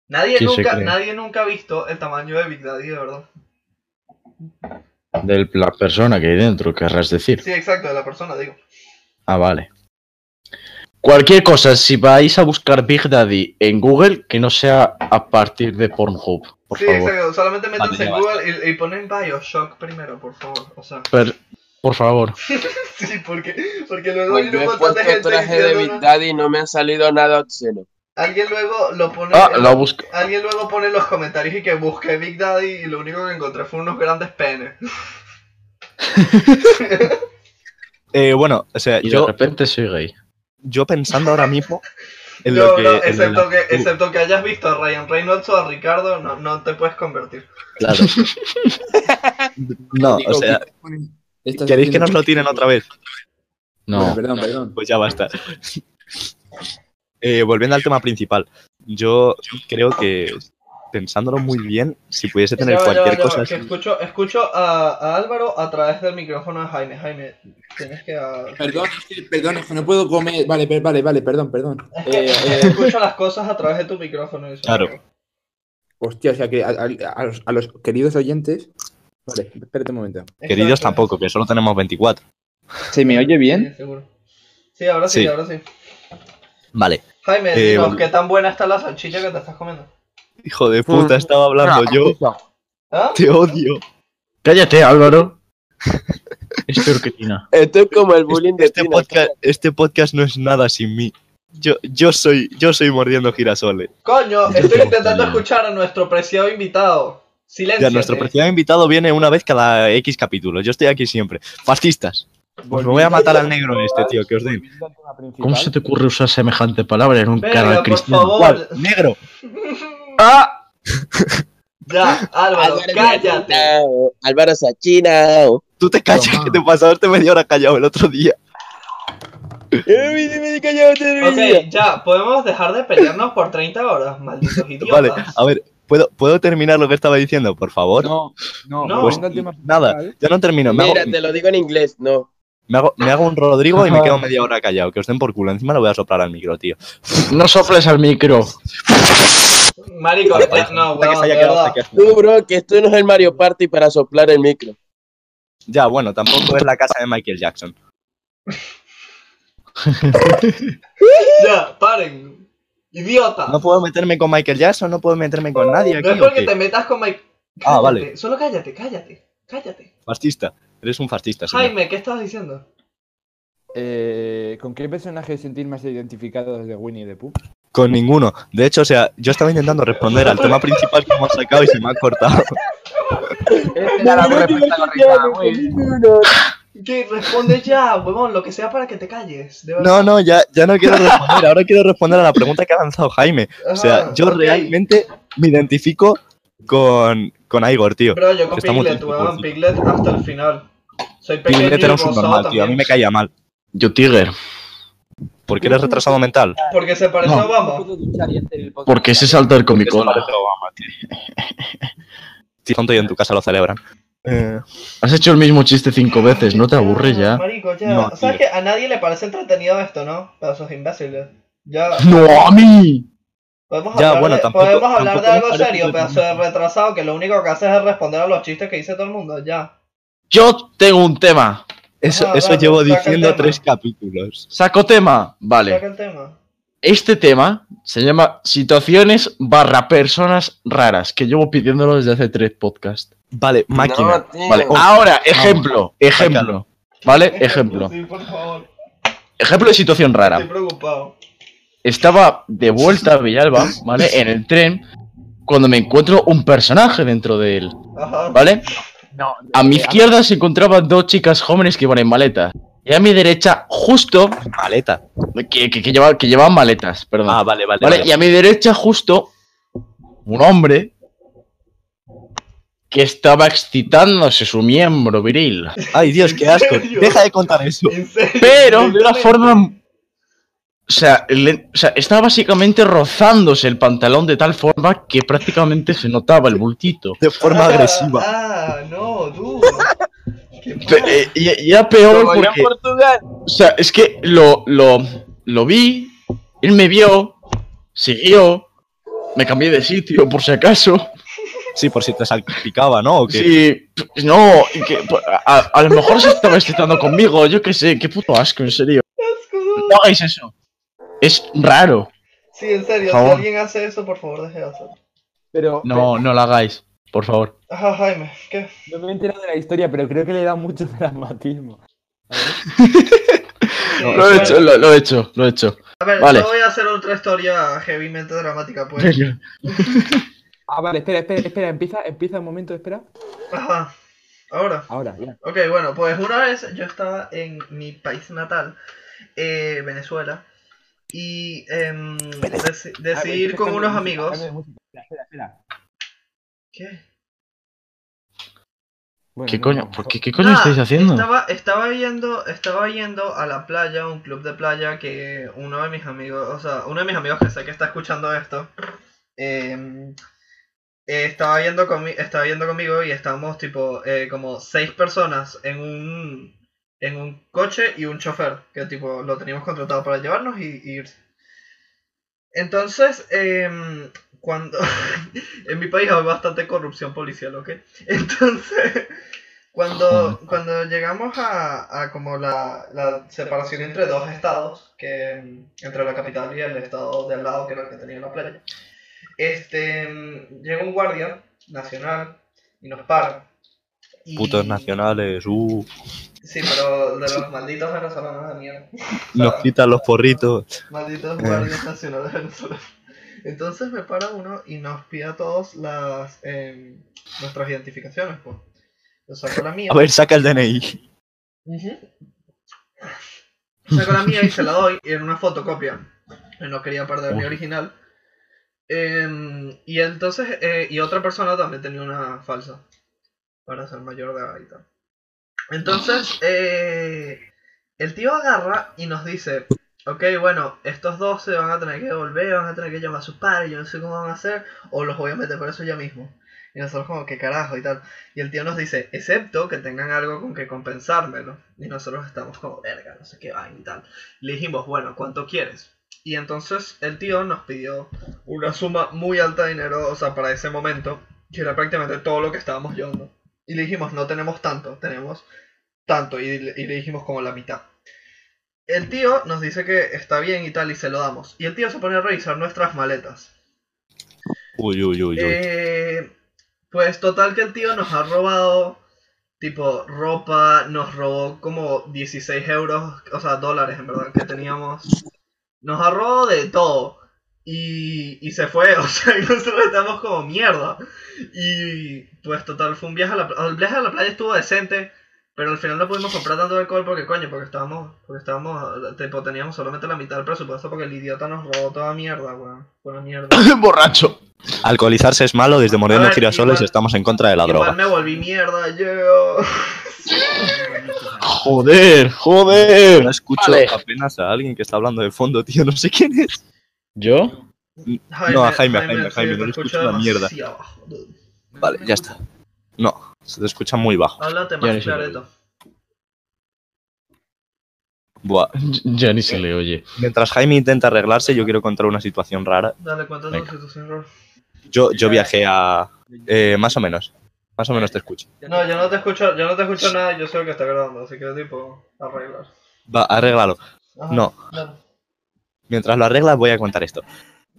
Speaker 1: nadie
Speaker 3: ¿Quién se
Speaker 1: nunca,
Speaker 3: cree?
Speaker 1: nadie nunca ha visto el tamaño de Big Daddy, de verdad.
Speaker 3: De la persona que hay dentro, querrás decir.
Speaker 1: Sí, exacto, de la persona, digo.
Speaker 3: Ah, vale. Cualquier cosa, si vais a buscar Big Daddy en Google, que no sea a partir de Pornhub, por
Speaker 1: sí,
Speaker 3: favor.
Speaker 1: exacto. Solamente métanse en
Speaker 3: Vale, ya
Speaker 1: Google y, y ponen Bioshock primero, por favor. O sea,
Speaker 3: Per- por favor.
Speaker 1: sí, porque, porque luego
Speaker 4: Pues
Speaker 1: hay
Speaker 4: yo
Speaker 1: un
Speaker 4: he
Speaker 1: montón de
Speaker 4: puesto
Speaker 1: gente
Speaker 4: traje de
Speaker 1: diciendo,
Speaker 4: Big
Speaker 1: ¿no?
Speaker 4: Daddy y no me ha salido nada obsceno.
Speaker 1: Alguien luego lo pone.
Speaker 3: Ah, lo busco.
Speaker 1: Alguien luego pone en los comentarios y que busqué Big Daddy y lo único que encontré fue unos grandes penes.
Speaker 3: Eh, bueno, o sea,
Speaker 2: Y de
Speaker 3: yo,
Speaker 2: repente soy gay.
Speaker 3: yo pensando ahora mismo en
Speaker 1: No,
Speaker 3: lo que.
Speaker 1: no,
Speaker 3: en lo-
Speaker 1: excepto, que, excepto que hayas visto a Ryan Reynolds o a Ricardo, no, no te puedes convertir.
Speaker 3: Claro. No, o sea, ¿queréis que nos lo tiren otra vez?
Speaker 2: No.
Speaker 6: Perdón, perdón.
Speaker 3: Pues ya basta. Eh, volviendo al tema principal, yo creo que pensándolo muy bien, si pudiese tener
Speaker 1: Ya va, ya va,
Speaker 3: cualquier
Speaker 1: ya va,
Speaker 3: cosa
Speaker 1: que
Speaker 3: así,
Speaker 1: escucho escucho a, a Álvaro a través del micrófono de Jaime. Jaime, tienes que... ah,
Speaker 6: Perdón, es que- perdón, es que no puedo comer. Vale, per- vale, vale, perdón, perdón.
Speaker 1: es que
Speaker 6: Eh, eh,
Speaker 1: escucho las cosas a través de tu micrófono. eso.
Speaker 3: Claro.
Speaker 6: hostia, o sea que a, a- a los, a los queridos oyentes. Vale, espérate un momento.
Speaker 3: queridos
Speaker 1: Exacto.
Speaker 3: tampoco, que solo tenemos 24.
Speaker 5: ¿Se me oye bien?
Speaker 1: Sí, seguro. Sí, ahora sí,
Speaker 3: Sí.
Speaker 1: ahora sí.
Speaker 3: Vale.
Speaker 1: Jaime,
Speaker 3: Eh,
Speaker 1: dinos,
Speaker 3: vol-
Speaker 1: ¿qué tan buena está la salchicha que te estás comiendo?
Speaker 3: Hijo de puta, estaba hablando yo.
Speaker 1: ¿Ah?
Speaker 3: Te odio.
Speaker 2: Cállate, Álvaro. Es peor que Tina.
Speaker 4: Esto es como el bullying de
Speaker 3: Este
Speaker 4: Tina.
Speaker 3: podcast, este podcast no es nada sin mí. Yo, yo soy, yo soy mordiendo girasoles.
Speaker 1: Coño,
Speaker 2: Yo
Speaker 1: estoy
Speaker 2: te
Speaker 1: intentando
Speaker 2: gustaría.
Speaker 1: escuchar a nuestro preciado invitado. Silencio.
Speaker 3: Ya, nuestro preciado invitado viene una vez cada X capítulo. Yo estoy aquí siempre. Fascistas. Pues me voy a matar al negro este, tío, que os den.
Speaker 2: ¿Cómo se te ocurre usar semejante palabra en un
Speaker 1: Venga,
Speaker 2: canal
Speaker 1: por
Speaker 2: cristiano?
Speaker 1: favor.
Speaker 3: ¿Cuál? Negro.
Speaker 2: ¡Ah!
Speaker 1: Ya, Álvaro, cállate.
Speaker 4: Álvaro Sachina.
Speaker 3: Tú te callas, que te pasaste media hora callado el otro día.
Speaker 4: Eh,
Speaker 1: Ok, ya, podemos dejar de pelearnos por 30 horas, malditos
Speaker 3: Vale,
Speaker 1: idiotas.
Speaker 3: a ver, ¿puedo, ¿puedo terminar lo que estaba diciendo, por favor?
Speaker 6: No, no,
Speaker 1: No.
Speaker 3: pues,
Speaker 6: volviendo al tema
Speaker 3: nada,
Speaker 6: principal,
Speaker 3: ya no termino. Me hago,
Speaker 4: Mira, te lo digo en inglés, no.
Speaker 3: me hago- me hago un Rodrigo y me quedo media hora callado. Que os den por culo. Encima lo voy a soplar al micro, tío.
Speaker 2: No soples al micro.
Speaker 1: Marico,
Speaker 3: Vale,
Speaker 1: ya,
Speaker 3: parece
Speaker 1: no,
Speaker 3: que
Speaker 1: weón,
Speaker 3: se
Speaker 1: de
Speaker 3: haya quedado
Speaker 1: verdad.
Speaker 3: hasta aquí.
Speaker 4: Tú, bro, que esto no es el Mario Party para soplar el micro.
Speaker 3: Ya, bueno, tampoco es la casa de Michael Jackson.
Speaker 1: Ya, paren. Idiota.
Speaker 3: No
Speaker 1: No,
Speaker 3: puedo meterme con Michael Jackson, no puedo meterme con nadie aquí.
Speaker 1: es
Speaker 3: ¿o
Speaker 1: porque
Speaker 3: qué?
Speaker 1: te metas con Mike.
Speaker 3: Ah,
Speaker 1: Cállate,
Speaker 3: vale.
Speaker 1: Solo cállate, cállate, cállate.
Speaker 3: Fascista. Eres un fascista, señor.
Speaker 1: Jaime, ¿qué estabas diciendo?
Speaker 5: Eh, ¿Con qué personaje sentís más identificados de Winnie the Pooh?
Speaker 3: Con ninguno. De hecho, o sea, yo estaba intentando responder al tema principal que hemos sacado y se me ha cortado.
Speaker 1: Que responde ya, huevón, lo que sea para que te calles. De verdad.
Speaker 3: No, no, ya, ya no quiero responder. Ahora quiero responder a la pregunta que ha lanzado Jaime. O sea,
Speaker 1: Ajá,
Speaker 3: yo
Speaker 1: Ah, ok.
Speaker 3: realmente me identifico con, con Igor, tío.
Speaker 1: Bro, yo con
Speaker 3: Está muy
Speaker 1: Piglet,
Speaker 3: triste,
Speaker 1: weón,
Speaker 3: pobrecito.
Speaker 1: Piglet hasta el final. Soy pequeño
Speaker 3: Piglet
Speaker 1: y
Speaker 3: era un
Speaker 1: rosado
Speaker 3: subnormal, tío. A
Speaker 1: también.
Speaker 3: mí me caía mal.
Speaker 2: Yo, Tiger.
Speaker 3: Porque eres retrasado mental.
Speaker 1: Porque se parece a
Speaker 2: No.
Speaker 1: Obama.
Speaker 2: ¿Por qué se salta el
Speaker 3: Porque eso
Speaker 2: comicola?
Speaker 3: parece Obama, tío. Sí, tonto y en tu casa lo celebran. Eh,
Speaker 2: Has hecho el mismo chiste cinco veces, ¿no te aburre ya?
Speaker 1: Marico, ya.
Speaker 3: No,
Speaker 1: ¿Sabes
Speaker 3: tío.
Speaker 1: que a nadie le parece entretenido esto, no? Para esos imbéciles. Ya.
Speaker 2: ¡No a mí!
Speaker 1: Podemos
Speaker 3: Ya,
Speaker 1: hablar,
Speaker 3: bueno,
Speaker 1: de,
Speaker 3: tampoco-
Speaker 1: podemos hablar de
Speaker 3: tampoco me
Speaker 1: algo
Speaker 3: parece
Speaker 1: serio, pedazo de retrasado, que lo único que haces es responder a los chistes que dice todo el mundo, ya.
Speaker 2: Yo tengo un tema.
Speaker 3: Eso,
Speaker 1: Ah,
Speaker 3: eso
Speaker 1: vale,
Speaker 3: llevo
Speaker 1: saca el
Speaker 3: diciendo
Speaker 1: tema.
Speaker 3: tres capítulos.
Speaker 2: ¿Saco tema? Vale.
Speaker 1: Saca el tema.
Speaker 2: Este tema se llama Situaciones barra personas raras, que llevo pidiéndolo desde hace tres podcasts.
Speaker 3: Vale, máquina.
Speaker 4: No, tío.
Speaker 2: Vale, ahora, ejemplo, ejemplo. ¿Vale? E- Ejemplo.
Speaker 1: Sí, por favor.
Speaker 2: Ejemplo de situación rara.
Speaker 1: Estoy preocupado.
Speaker 2: estaba de vuelta a Villalba, ¿vale? En el tren, cuando me encuentro un personaje dentro de él,
Speaker 1: Ajá.
Speaker 2: ¿vale?
Speaker 6: No,
Speaker 2: A
Speaker 3: eh,
Speaker 2: mi izquierda se encontraban dos chicas jóvenes que iban en maleta. Y a mi derecha, justo,
Speaker 3: Maleta.
Speaker 2: que, que, que lleva- que llevaban maletas, perdón.
Speaker 3: Ah, vale, vale.
Speaker 2: ¿vale?
Speaker 3: vale.
Speaker 2: Y a mi derecha, justo, un hombre que estaba excitándose su miembro viril.
Speaker 3: Ay, Dios, qué asco.
Speaker 1: ¿En serio?
Speaker 3: Deja de contar eso.
Speaker 1: En serio.
Speaker 2: Pero de una
Speaker 1: Literalmente.
Speaker 2: forma. O sea, le- o sea, estaba básicamente rozándose el pantalón de tal forma que prácticamente se notaba el bultito.
Speaker 3: De forma
Speaker 1: Ah,
Speaker 3: agresiva.
Speaker 1: Ah, no, dude. Qué
Speaker 2: Pe- eh, y, y era peor
Speaker 4: Como yo en
Speaker 2: porque.
Speaker 4: Portugal.
Speaker 2: O sea, es que lo, lo, lo vi, él me vio, siguió, Me cambié de sitio, por si acaso.
Speaker 3: Sí, por si te salpicaba, ¿no? ¿O qué?
Speaker 2: Sí, p- no, y que, p- a, a lo mejor se estaba excitando conmigo, yo qué sé, qué puto asco, en serio. No hagáis eso. Es raro.
Speaker 1: Sí, en serio,
Speaker 2: Por
Speaker 1: si
Speaker 2: favor.
Speaker 1: alguien hace eso, por favor, deje de hacerlo.
Speaker 7: Pero
Speaker 2: No, no lo hagáis, por favor.
Speaker 1: Ajá, Jaime, ¿qué?
Speaker 7: no me he enterado de la historia, pero creo que le da mucho dramatismo.
Speaker 2: Lo he hecho, lo, lo he hecho, lo he hecho.
Speaker 1: A ver,
Speaker 2: Vale.
Speaker 1: yo voy a hacer otra historia heavymente dramática, pues.
Speaker 2: Venga.
Speaker 7: Ah, vale, espera, espera, espera, empieza, empieza un momento, espera.
Speaker 1: Ajá. Ahora.
Speaker 7: Ahora, ya.
Speaker 1: Ok, bueno, pues una vez yo estaba en mi país natal, eh, Venezuela, y em, deci-
Speaker 7: Ah,
Speaker 5: Ah,
Speaker 1: decidí ir con unos amigos.
Speaker 7: Espera, espera.
Speaker 1: ¿Qué?
Speaker 2: ¿Qué coño, por qué, qué coño
Speaker 1: Nada,
Speaker 2: estáis haciendo?
Speaker 1: Ah, Estaba, estaba yendo, estaba yendo a la playa, un club de playa que uno de mis amigos, o sea, uno de mis amigos que sé que está escuchando esto, em, eh, estaba yendo conmigo, estaba yendo conmigo y estábamos tipo eh, como seis personas en un en un coche y un chofer que tipo lo teníamos contratado para llevarnos y, y irse. Entonces, em, cuando en mi país hay bastante corrupción policial, ¿ok? Entonces, cuando, cuando llegamos a, a como la, la separación entre dos estados, que em, entre la capital y el estado de al lado, que era el que tenía la playa, este em, llega un guardia nacional y nos para. Y-
Speaker 3: Putos nacionales, uh.
Speaker 1: Sí, pero de los malditos venezolanos de mierda.
Speaker 3: Nos quitan los porritos.
Speaker 1: Malditos guardias nacionales venezolanos. Entonces me para uno y nos pide a todos las em, nuestras identificaciones, pues. Yo saco la mía.
Speaker 3: A ver, saca el DNI.
Speaker 1: Ujú. Saco la mía y se la doy en una fotocopia. Eh, No quería perder mi
Speaker 3: Uy.
Speaker 1: original. Em, y entonces, eh, y otra persona también tenía una falsa. Para ser mayor de edad y tal. Entonces, eh, el tío agarra y nos dice: Ok, bueno, estos dos se van a tener que volver, van a tener que llamar a sus padres, yo no sé cómo van a hacer, o los voy a meter por eso ya mismo. Y nosotros, como, ¿qué carajo? y tal. Y el tío nos dice, excepto que tengan algo con que compensármelo. Y nosotros estamos como, verga, no sé qué vaina y tal. Le dijimos, bueno, ¿cuánto quieres? Y entonces el tío nos pidió una suma muy alta de dinero, o sea, para ese momento, que era prácticamente todo lo que estábamos llevando. Y le dijimos, no tenemos tanto, tenemos tanto. Y le, y le dijimos como la mitad. El tío nos dice que está bien y tal, y se lo damos. Y el tío se pone a revisar nuestras maletas.
Speaker 3: Uy, uy, uy, uy.
Speaker 1: Eh, pues total que el tío nos ha robado tipo ropa, nos robó como 16 euros, o sea, dólares en verdad que teníamos. Nos ha robado de todo. Y, y se fue, o sea, y nosotros estamos como mierda. Y pues total, fue un viaje a la playa. El viaje a la playa estuvo decente, pero al final no pudimos comprar tanto alcohol porque coño, porque estábamos, porque estábamos, tipo, teníamos solamente la mitad del presupuesto porque el idiota nos robó toda mierda, weón. Fue una mierda.
Speaker 2: Borracho.
Speaker 3: Alcoholizarse es malo, desde
Speaker 1: A
Speaker 3: Mordiendo
Speaker 1: ver,
Speaker 3: Girasoles
Speaker 1: igual-
Speaker 3: estamos en contra de la
Speaker 1: Igual
Speaker 3: droga.
Speaker 1: me volví mierda, yo.
Speaker 2: Joder, joder.
Speaker 3: No escucho
Speaker 2: Vale.
Speaker 3: apenas a alguien que está hablando de fondo, tío, no sé quién es.
Speaker 2: ¿Yo?
Speaker 3: no, a Jaime, a Jaime, a
Speaker 1: sí,
Speaker 3: Jaime,
Speaker 1: te
Speaker 3: no le
Speaker 1: escucho
Speaker 3: escucho una mierda.
Speaker 1: demasiado bajo, dude.
Speaker 3: Vale, ya está. No, se te escucha muy bajo.
Speaker 1: Háblate
Speaker 2: Ya
Speaker 1: más
Speaker 2: ni siquiera
Speaker 1: clareto.
Speaker 3: Buah.
Speaker 2: Ya- Ya ni se le oye.
Speaker 3: Mientras Jaime intenta arreglarse, yo quiero contar una situación rara.
Speaker 1: Dale cuenta de
Speaker 2: Venga.
Speaker 1: tu error.
Speaker 3: Yo, yo viajé a... eh, más o menos. Más o menos te escucho.
Speaker 1: No, yo no te escucho, yo no te escucho nada, yo sé lo que está grabando, así que tipo, arreglar.
Speaker 3: Va, arréglalo.
Speaker 1: Ajá,
Speaker 3: No.
Speaker 1: dale.
Speaker 3: Mientras lo arreglas, voy a contar esto.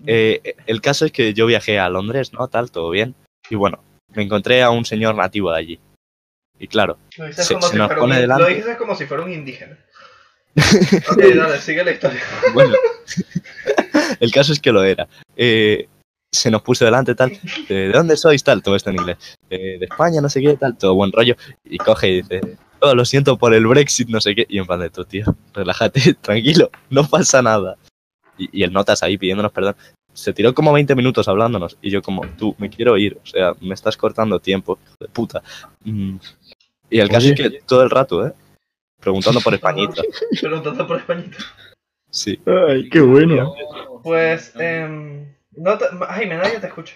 Speaker 3: Eh, el caso es que yo viajé a Londres, ¿no? Tal, todo bien. Y bueno, me encontré a un señor nativo de allí. Y claro,
Speaker 1: Lo dices
Speaker 3: Se-
Speaker 1: como
Speaker 3: se
Speaker 1: si
Speaker 3: nos
Speaker 1: fuera
Speaker 3: pone
Speaker 1: un-
Speaker 3: delante.
Speaker 1: Lo dices como si fuera un indígena. ok, dale, sigue la historia.
Speaker 3: bueno. el caso es que lo era. Eh, se nos puso delante, tal. eh, ¿De dónde sois? Tal, todo esto en inglés. eh, de España, no sé qué, tal, todo buen rollo. Y coge y dice, oh, lo siento por el Brexit, no sé qué. Y en plan de tú, tío, relájate, tranquilo, no pasa nada. Y, y el notas ahí pidiéndonos perdón. Se tiró como 20 minutos hablándonos. Y yo como, tú, me quiero ir. O sea, me estás cortando tiempo, hijo de puta. Mm. Y el caso
Speaker 2: Oye.
Speaker 3: es que todo el rato, ¿eh? Preguntando por españita.
Speaker 1: Preguntando por españita.
Speaker 3: Sí.
Speaker 2: Ay, qué bueno.
Speaker 1: Pues, em. No te... Jaime, nadie te escucha.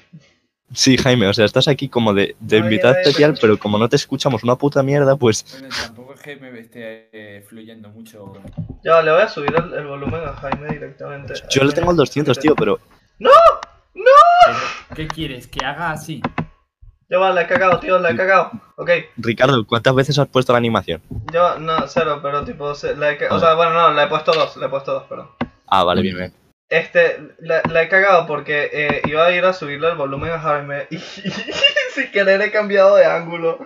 Speaker 3: Sí, Jaime, o sea, estás aquí como de, de
Speaker 1: No, ya,
Speaker 3: invitado
Speaker 1: ya, ya.
Speaker 3: especial, pero como no te escuchamos una puta mierda, pues
Speaker 8: Bueno, tampoco es que me esté eh, fluyendo mucho.
Speaker 1: Ya, le voy a subir el, el volumen a Jaime directamente.
Speaker 3: yo le tengo el 200, tío, pero...
Speaker 1: ¡No!
Speaker 9: ¿Qué quieres? ¿Que haga así?
Speaker 1: Ya va, la he cagado, tío, la he cagado. Ok,
Speaker 3: Ricardo, ¿cuántas veces has puesto la animación?
Speaker 1: yo no, cero, pero tipo, se- la he ca- o sea, bueno, no, la he puesto dos, la he puesto dos, perdón.
Speaker 3: Ah, vale, bien, bien.
Speaker 1: Este, la, la he cagado porque eh, iba a ir a subirle el volumen a Jaime y, sin querer he cambiado de ángulo.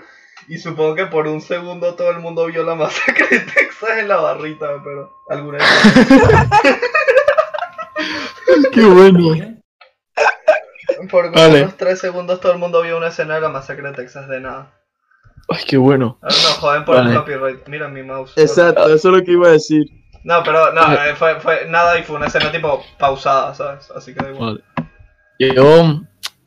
Speaker 1: Y supongo que por un segundo todo el mundo vio la masacre de Texas en la barrita, pero alguna vez.
Speaker 2: Qué bueno.
Speaker 8: ¿Eh?
Speaker 1: Por
Speaker 2: Vale.
Speaker 1: unos tres segundos todo el mundo vio una escena de la masacre de Texas de nada.
Speaker 2: Ay, qué bueno.
Speaker 1: Ahora nos joden por el
Speaker 2: Vale.
Speaker 1: copyright. Mira mi mouse.
Speaker 4: Exacto,
Speaker 3: Ah,
Speaker 4: eso es lo que iba a decir.
Speaker 1: No, pero no, eh, fue, fue nada y fue una escena tipo pausada, ¿sabes? Así que da igual.
Speaker 2: Yo,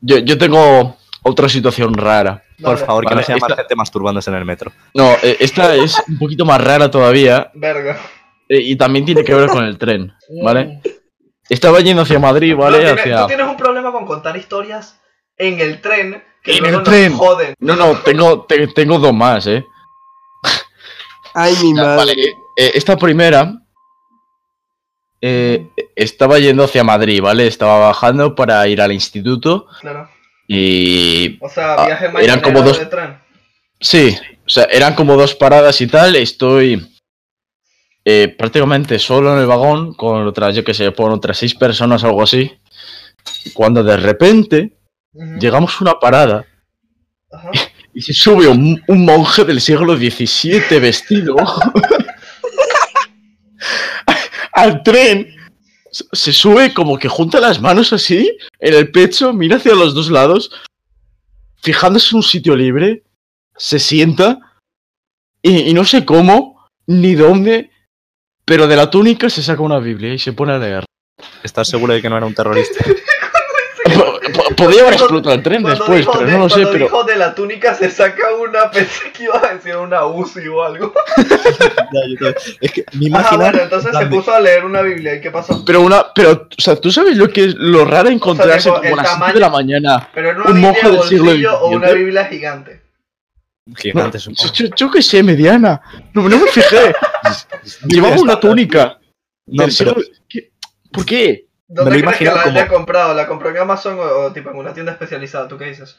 Speaker 2: yo, yo tengo otra situación rara.
Speaker 3: Por
Speaker 1: Dale.
Speaker 3: favor, que
Speaker 2: Vale,
Speaker 3: no sea más
Speaker 2: esta-
Speaker 3: gente masturbándose en el metro.
Speaker 2: No, eh, esta es un poquito más rara todavía
Speaker 1: Verga. Mm.
Speaker 2: eh, y también tiene que ver con el tren, ¿vale? Estaba yendo hacia Madrid,
Speaker 1: No,
Speaker 2: ¿vale?
Speaker 1: tienes-
Speaker 2: Hacia-
Speaker 1: Tú tienes un problema con contar historias en el tren que
Speaker 2: En
Speaker 1: luego
Speaker 2: el
Speaker 1: nos
Speaker 2: tren.
Speaker 1: joden.
Speaker 2: No, no, tengo, te- tengo dos más, ¿eh?
Speaker 4: Ay, mi
Speaker 2: Ya,
Speaker 4: madre.
Speaker 2: vale, eh, esta primera eh, estaba yendo hacia Madrid, ¿vale? Estaba bajando para ir al instituto
Speaker 1: Claro.
Speaker 2: y
Speaker 1: O sea,
Speaker 2: Ah,
Speaker 1: viaje
Speaker 2: eran
Speaker 1: mañanero
Speaker 2: como dos-
Speaker 1: de tren.
Speaker 2: sí, o sea, eran como dos paradas y tal. Estoy eh, prácticamente solo en el vagón con otras, yo qué sé, por otras seis personas algo así. Cuando de repente
Speaker 1: Ujú.
Speaker 2: llegamos a una parada
Speaker 1: Ajá.
Speaker 2: y se sube un, un monje del siglo XVII vestido al tren. Se- Se sube como que junta las manos así en el pecho, mira hacia los dos lados, fijándose en un sitio libre, se sienta y, y no sé cómo ni dónde, pero de la túnica se saca una Biblia y se pone a leer.
Speaker 3: ¿Estás seguro de que no era un terrorista?
Speaker 2: Po- Podría haber explotado el tren
Speaker 1: Cuando
Speaker 2: después,
Speaker 1: dijo
Speaker 2: pero
Speaker 1: de-
Speaker 2: no lo sé,
Speaker 1: cuando
Speaker 2: pero...
Speaker 1: dijo de la túnica se saca una, pensé que iba a decir una UCI o algo.
Speaker 3: es que
Speaker 2: Ah,
Speaker 3: me
Speaker 1: Ajá,
Speaker 3: imagino.
Speaker 1: bueno, entonces se puso a leer una Biblia y qué pasó.
Speaker 2: Pero una, pero, o sea, ¿tú sabes lo que es lo raro encontrarse
Speaker 1: O sea, tipo,
Speaker 2: como a
Speaker 1: el
Speaker 2: las siete
Speaker 1: tamaño-
Speaker 2: de la mañana?
Speaker 1: Pero era una
Speaker 2: Un
Speaker 1: Biblia
Speaker 2: monje
Speaker 1: de
Speaker 2: del siglo
Speaker 1: bolsillo o una
Speaker 2: XVII.
Speaker 1: Biblia gigante.
Speaker 3: Gigante,
Speaker 2: Yo,
Speaker 3: supongo.
Speaker 2: yo- yo qué sé, mediana. No, no me fijé. Llevaba una túnica.
Speaker 3: No,
Speaker 2: del siglo-
Speaker 3: pero
Speaker 2: ¿Qué? ¿Por qué?
Speaker 1: ¿Dónde
Speaker 3: Me lo
Speaker 1: crees que
Speaker 3: imagino
Speaker 1: la
Speaker 3: como-
Speaker 1: haya comprado? ¿La compró en Amazon o, o tipo en una tienda especializada? ¿Tú qué dices?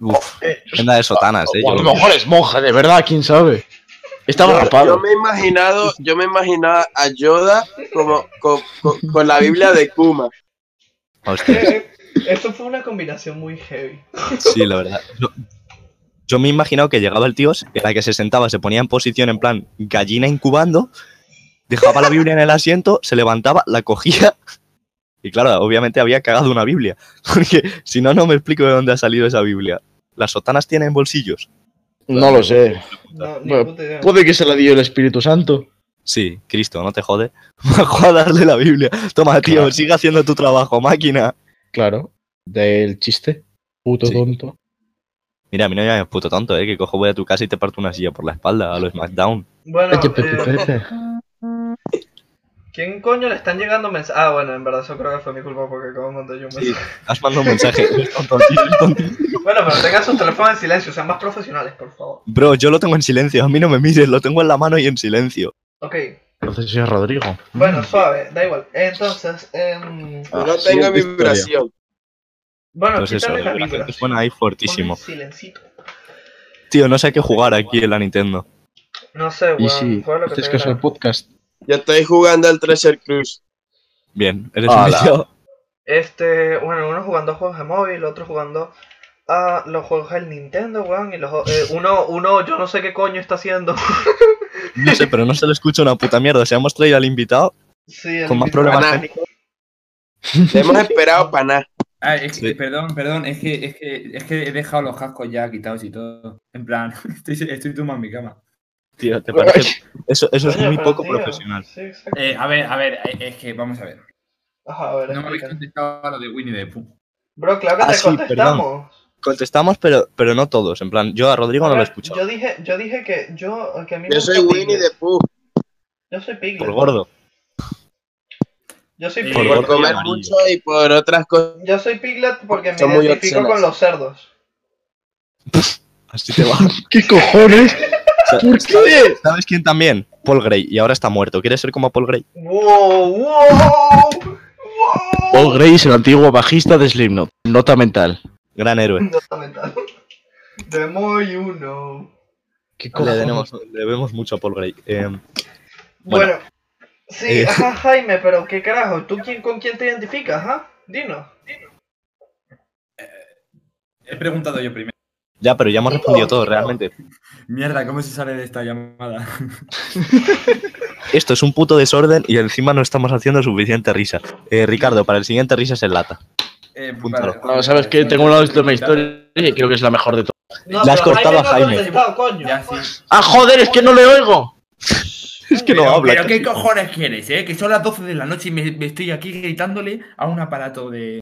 Speaker 3: Uf, tienda de sotanas, eh.
Speaker 2: O a
Speaker 3: yo-
Speaker 2: lo mejor es monja, de verdad, quién sabe. Estaba
Speaker 4: Yo- Yo,
Speaker 2: rapado.
Speaker 4: me he imaginado, yo me imaginaba a Yoda como con, con- con la Biblia de Kuma.
Speaker 3: Hostia,
Speaker 1: Eh, Eso fue una combinación muy heavy.
Speaker 3: sí, la verdad. Yo, yo me he imaginado que llegaba el tío, era que se sentaba, se ponía en posición en plan gallina incubando, dejaba la Biblia en el asiento, se levantaba, la cogía. Y claro, obviamente había cagado una Biblia. Porque si no, no me explico de dónde ha salido esa Biblia. Las sotanas tienen bolsillos.
Speaker 2: No lo sé.
Speaker 1: No, ni
Speaker 2: Bueno,
Speaker 1: puta idea.
Speaker 2: Puede que se la dio el Espíritu Santo.
Speaker 3: Sí, Cristo, no te jode. Bajó a darle la Biblia. Toma, tío,
Speaker 2: Claro.
Speaker 3: sigue haciendo tu trabajo, máquina.
Speaker 2: Claro. Del chiste. Puto
Speaker 3: Sí.
Speaker 2: tonto.
Speaker 3: Mira, a mí no me llames puto tonto, ¿eh? Que cojo, voy a tu casa y te parto una silla por la espalda a los SmackDown.
Speaker 1: Bueno,
Speaker 2: Oye,
Speaker 1: eh,
Speaker 2: Pepe, Pepe.
Speaker 1: ¿quién coño le están llegando mensajes? Ah, bueno, en verdad eso creo que fue mi culpa porque acabo de mandar yo un mensaje.
Speaker 3: Has mandado un mensaje. Eres tonto, tío, eres tonto.
Speaker 1: Bueno, pero tengan sus teléfonos en silencio, sean más profesionales, por favor.
Speaker 3: Bro, yo lo tengo en silencio. A mí no me mires, lo tengo en la mano y en silencio.
Speaker 1: Ok,
Speaker 2: Entonces sí es Rodrigo.
Speaker 1: bueno, suave, da igual. Entonces, em,
Speaker 3: Ah,
Speaker 4: no tengo vibración.
Speaker 1: bueno,
Speaker 3: Pues eso,
Speaker 1: quítale la
Speaker 3: la
Speaker 1: vibra.
Speaker 3: gente suena ahí
Speaker 1: Ponle
Speaker 3: fuertísimo.
Speaker 1: silencito.
Speaker 3: Tío, no sé a qué jugar aquí en la Nintendo.
Speaker 1: No sé, weón,
Speaker 2: Y si
Speaker 1: juega lo que
Speaker 2: haces
Speaker 1: te dé
Speaker 2: caso
Speaker 1: la
Speaker 2: al podcast.
Speaker 4: Yo estoy jugando al Treasure Cruise.
Speaker 3: Bien, eres un
Speaker 2: Hola.
Speaker 3: tío.
Speaker 1: Este, bueno, uno jugando a juegos de móvil, otro jugando a los juegos del Nintendo, weón, y los eh, uno, uno, yo no sé qué coño está haciendo.
Speaker 3: No sé, pero no se le escucha una puta mierda. Se hemos traído al invitado.
Speaker 1: Sí, el
Speaker 3: Con más
Speaker 1: invitado.
Speaker 3: problemas
Speaker 1: Ah,
Speaker 3: técnicos.
Speaker 4: Te hemos esperado para nada.
Speaker 8: Ah, es que,
Speaker 3: Sí.
Speaker 8: perdón, perdón, es que, es, que, es que he dejado los cascos ya quitado y todo. En plan, estoy, estoy tumbado en mi cama.
Speaker 3: Tío, ¿te parece? Eso, eso es
Speaker 1: Coño,
Speaker 3: muy
Speaker 1: pero
Speaker 3: poco
Speaker 1: tío,
Speaker 3: profesional.
Speaker 1: Sí, exacto.
Speaker 8: Eh, a ver, a ver, eh, es que vamos a ver.
Speaker 1: Ajá, a ver,
Speaker 8: No me habéis
Speaker 1: explica.
Speaker 8: contestado a lo de Winnie the Pooh.
Speaker 1: Bro, claro que
Speaker 3: Ah,
Speaker 1: te
Speaker 3: sí,
Speaker 1: contestamos.
Speaker 3: Contestamos, pero, pero no todos. En plan, yo a Rodrigo no lo he
Speaker 1: Bro,
Speaker 3: escuchado.
Speaker 1: Yo dije, yo dije que yo que a mí me
Speaker 4: Yo
Speaker 1: gusta
Speaker 4: soy Winnie
Speaker 1: Piglet.
Speaker 4: the Pooh.
Speaker 1: Yo soy
Speaker 3: Por
Speaker 1: Piglet.
Speaker 3: gordo.
Speaker 1: Yo soy
Speaker 8: Por
Speaker 1: Piglet.
Speaker 3: Por
Speaker 4: Por
Speaker 3: gordo y
Speaker 4: comer
Speaker 3: amarillo.
Speaker 4: mucho y por otras cosas.
Speaker 1: Yo soy Piglet porque me
Speaker 4: Son muy
Speaker 1: identifico
Speaker 4: obscenas.
Speaker 1: con los cerdos.
Speaker 3: Así te va.
Speaker 2: ¿Qué cojones? ¿Por qué?
Speaker 3: ¿Sabes quién también? Paul Gray. Y ahora está muerto. ¿Quieres ser como Paul Gray?
Speaker 1: ¡Wow! ¡Wow!
Speaker 2: Paul Grace, el antiguo bajista de Slipknot. Nota mental.
Speaker 3: Gran héroe.
Speaker 1: Nota mental. The more you know.
Speaker 2: ¿Qué
Speaker 3: Le,
Speaker 2: cojones?
Speaker 3: debemos, le debemos mucho a Paul Gray. Em,
Speaker 1: Bueno.
Speaker 3: Bueno.
Speaker 1: Sí,
Speaker 3: Eh.
Speaker 1: ajá, Jaime, pero qué carajo. ¿Tú quién, con quién te identificas, ajá? Dinos.
Speaker 5: He preguntado yo primero.
Speaker 3: ya, pero ya hemos respondido todo, realmente.
Speaker 5: Mierda, ¿cómo se sale de esta llamada?
Speaker 3: Esto es un puto desorden y encima no estamos haciendo suficiente risa. Eh, Ricardo, para el siguiente risas en lata.
Speaker 5: Eh,
Speaker 3: Apúntalo.
Speaker 2: No, sabes que tengo una última historia y creo que es la mejor de todas.
Speaker 1: No,
Speaker 3: Le has
Speaker 1: pero
Speaker 3: cortado a
Speaker 1: No ha
Speaker 3: Jaime.
Speaker 1: contestado, coño.
Speaker 5: Ya, sí.
Speaker 2: ¡Ah, joder! ¡Es que no le oigo!
Speaker 3: Es que no
Speaker 5: pero,
Speaker 3: habla.
Speaker 5: pero ¿qué cojones quieres, eh? Que son las 12 de la noche y me, me estoy aquí gritándole a un aparato de.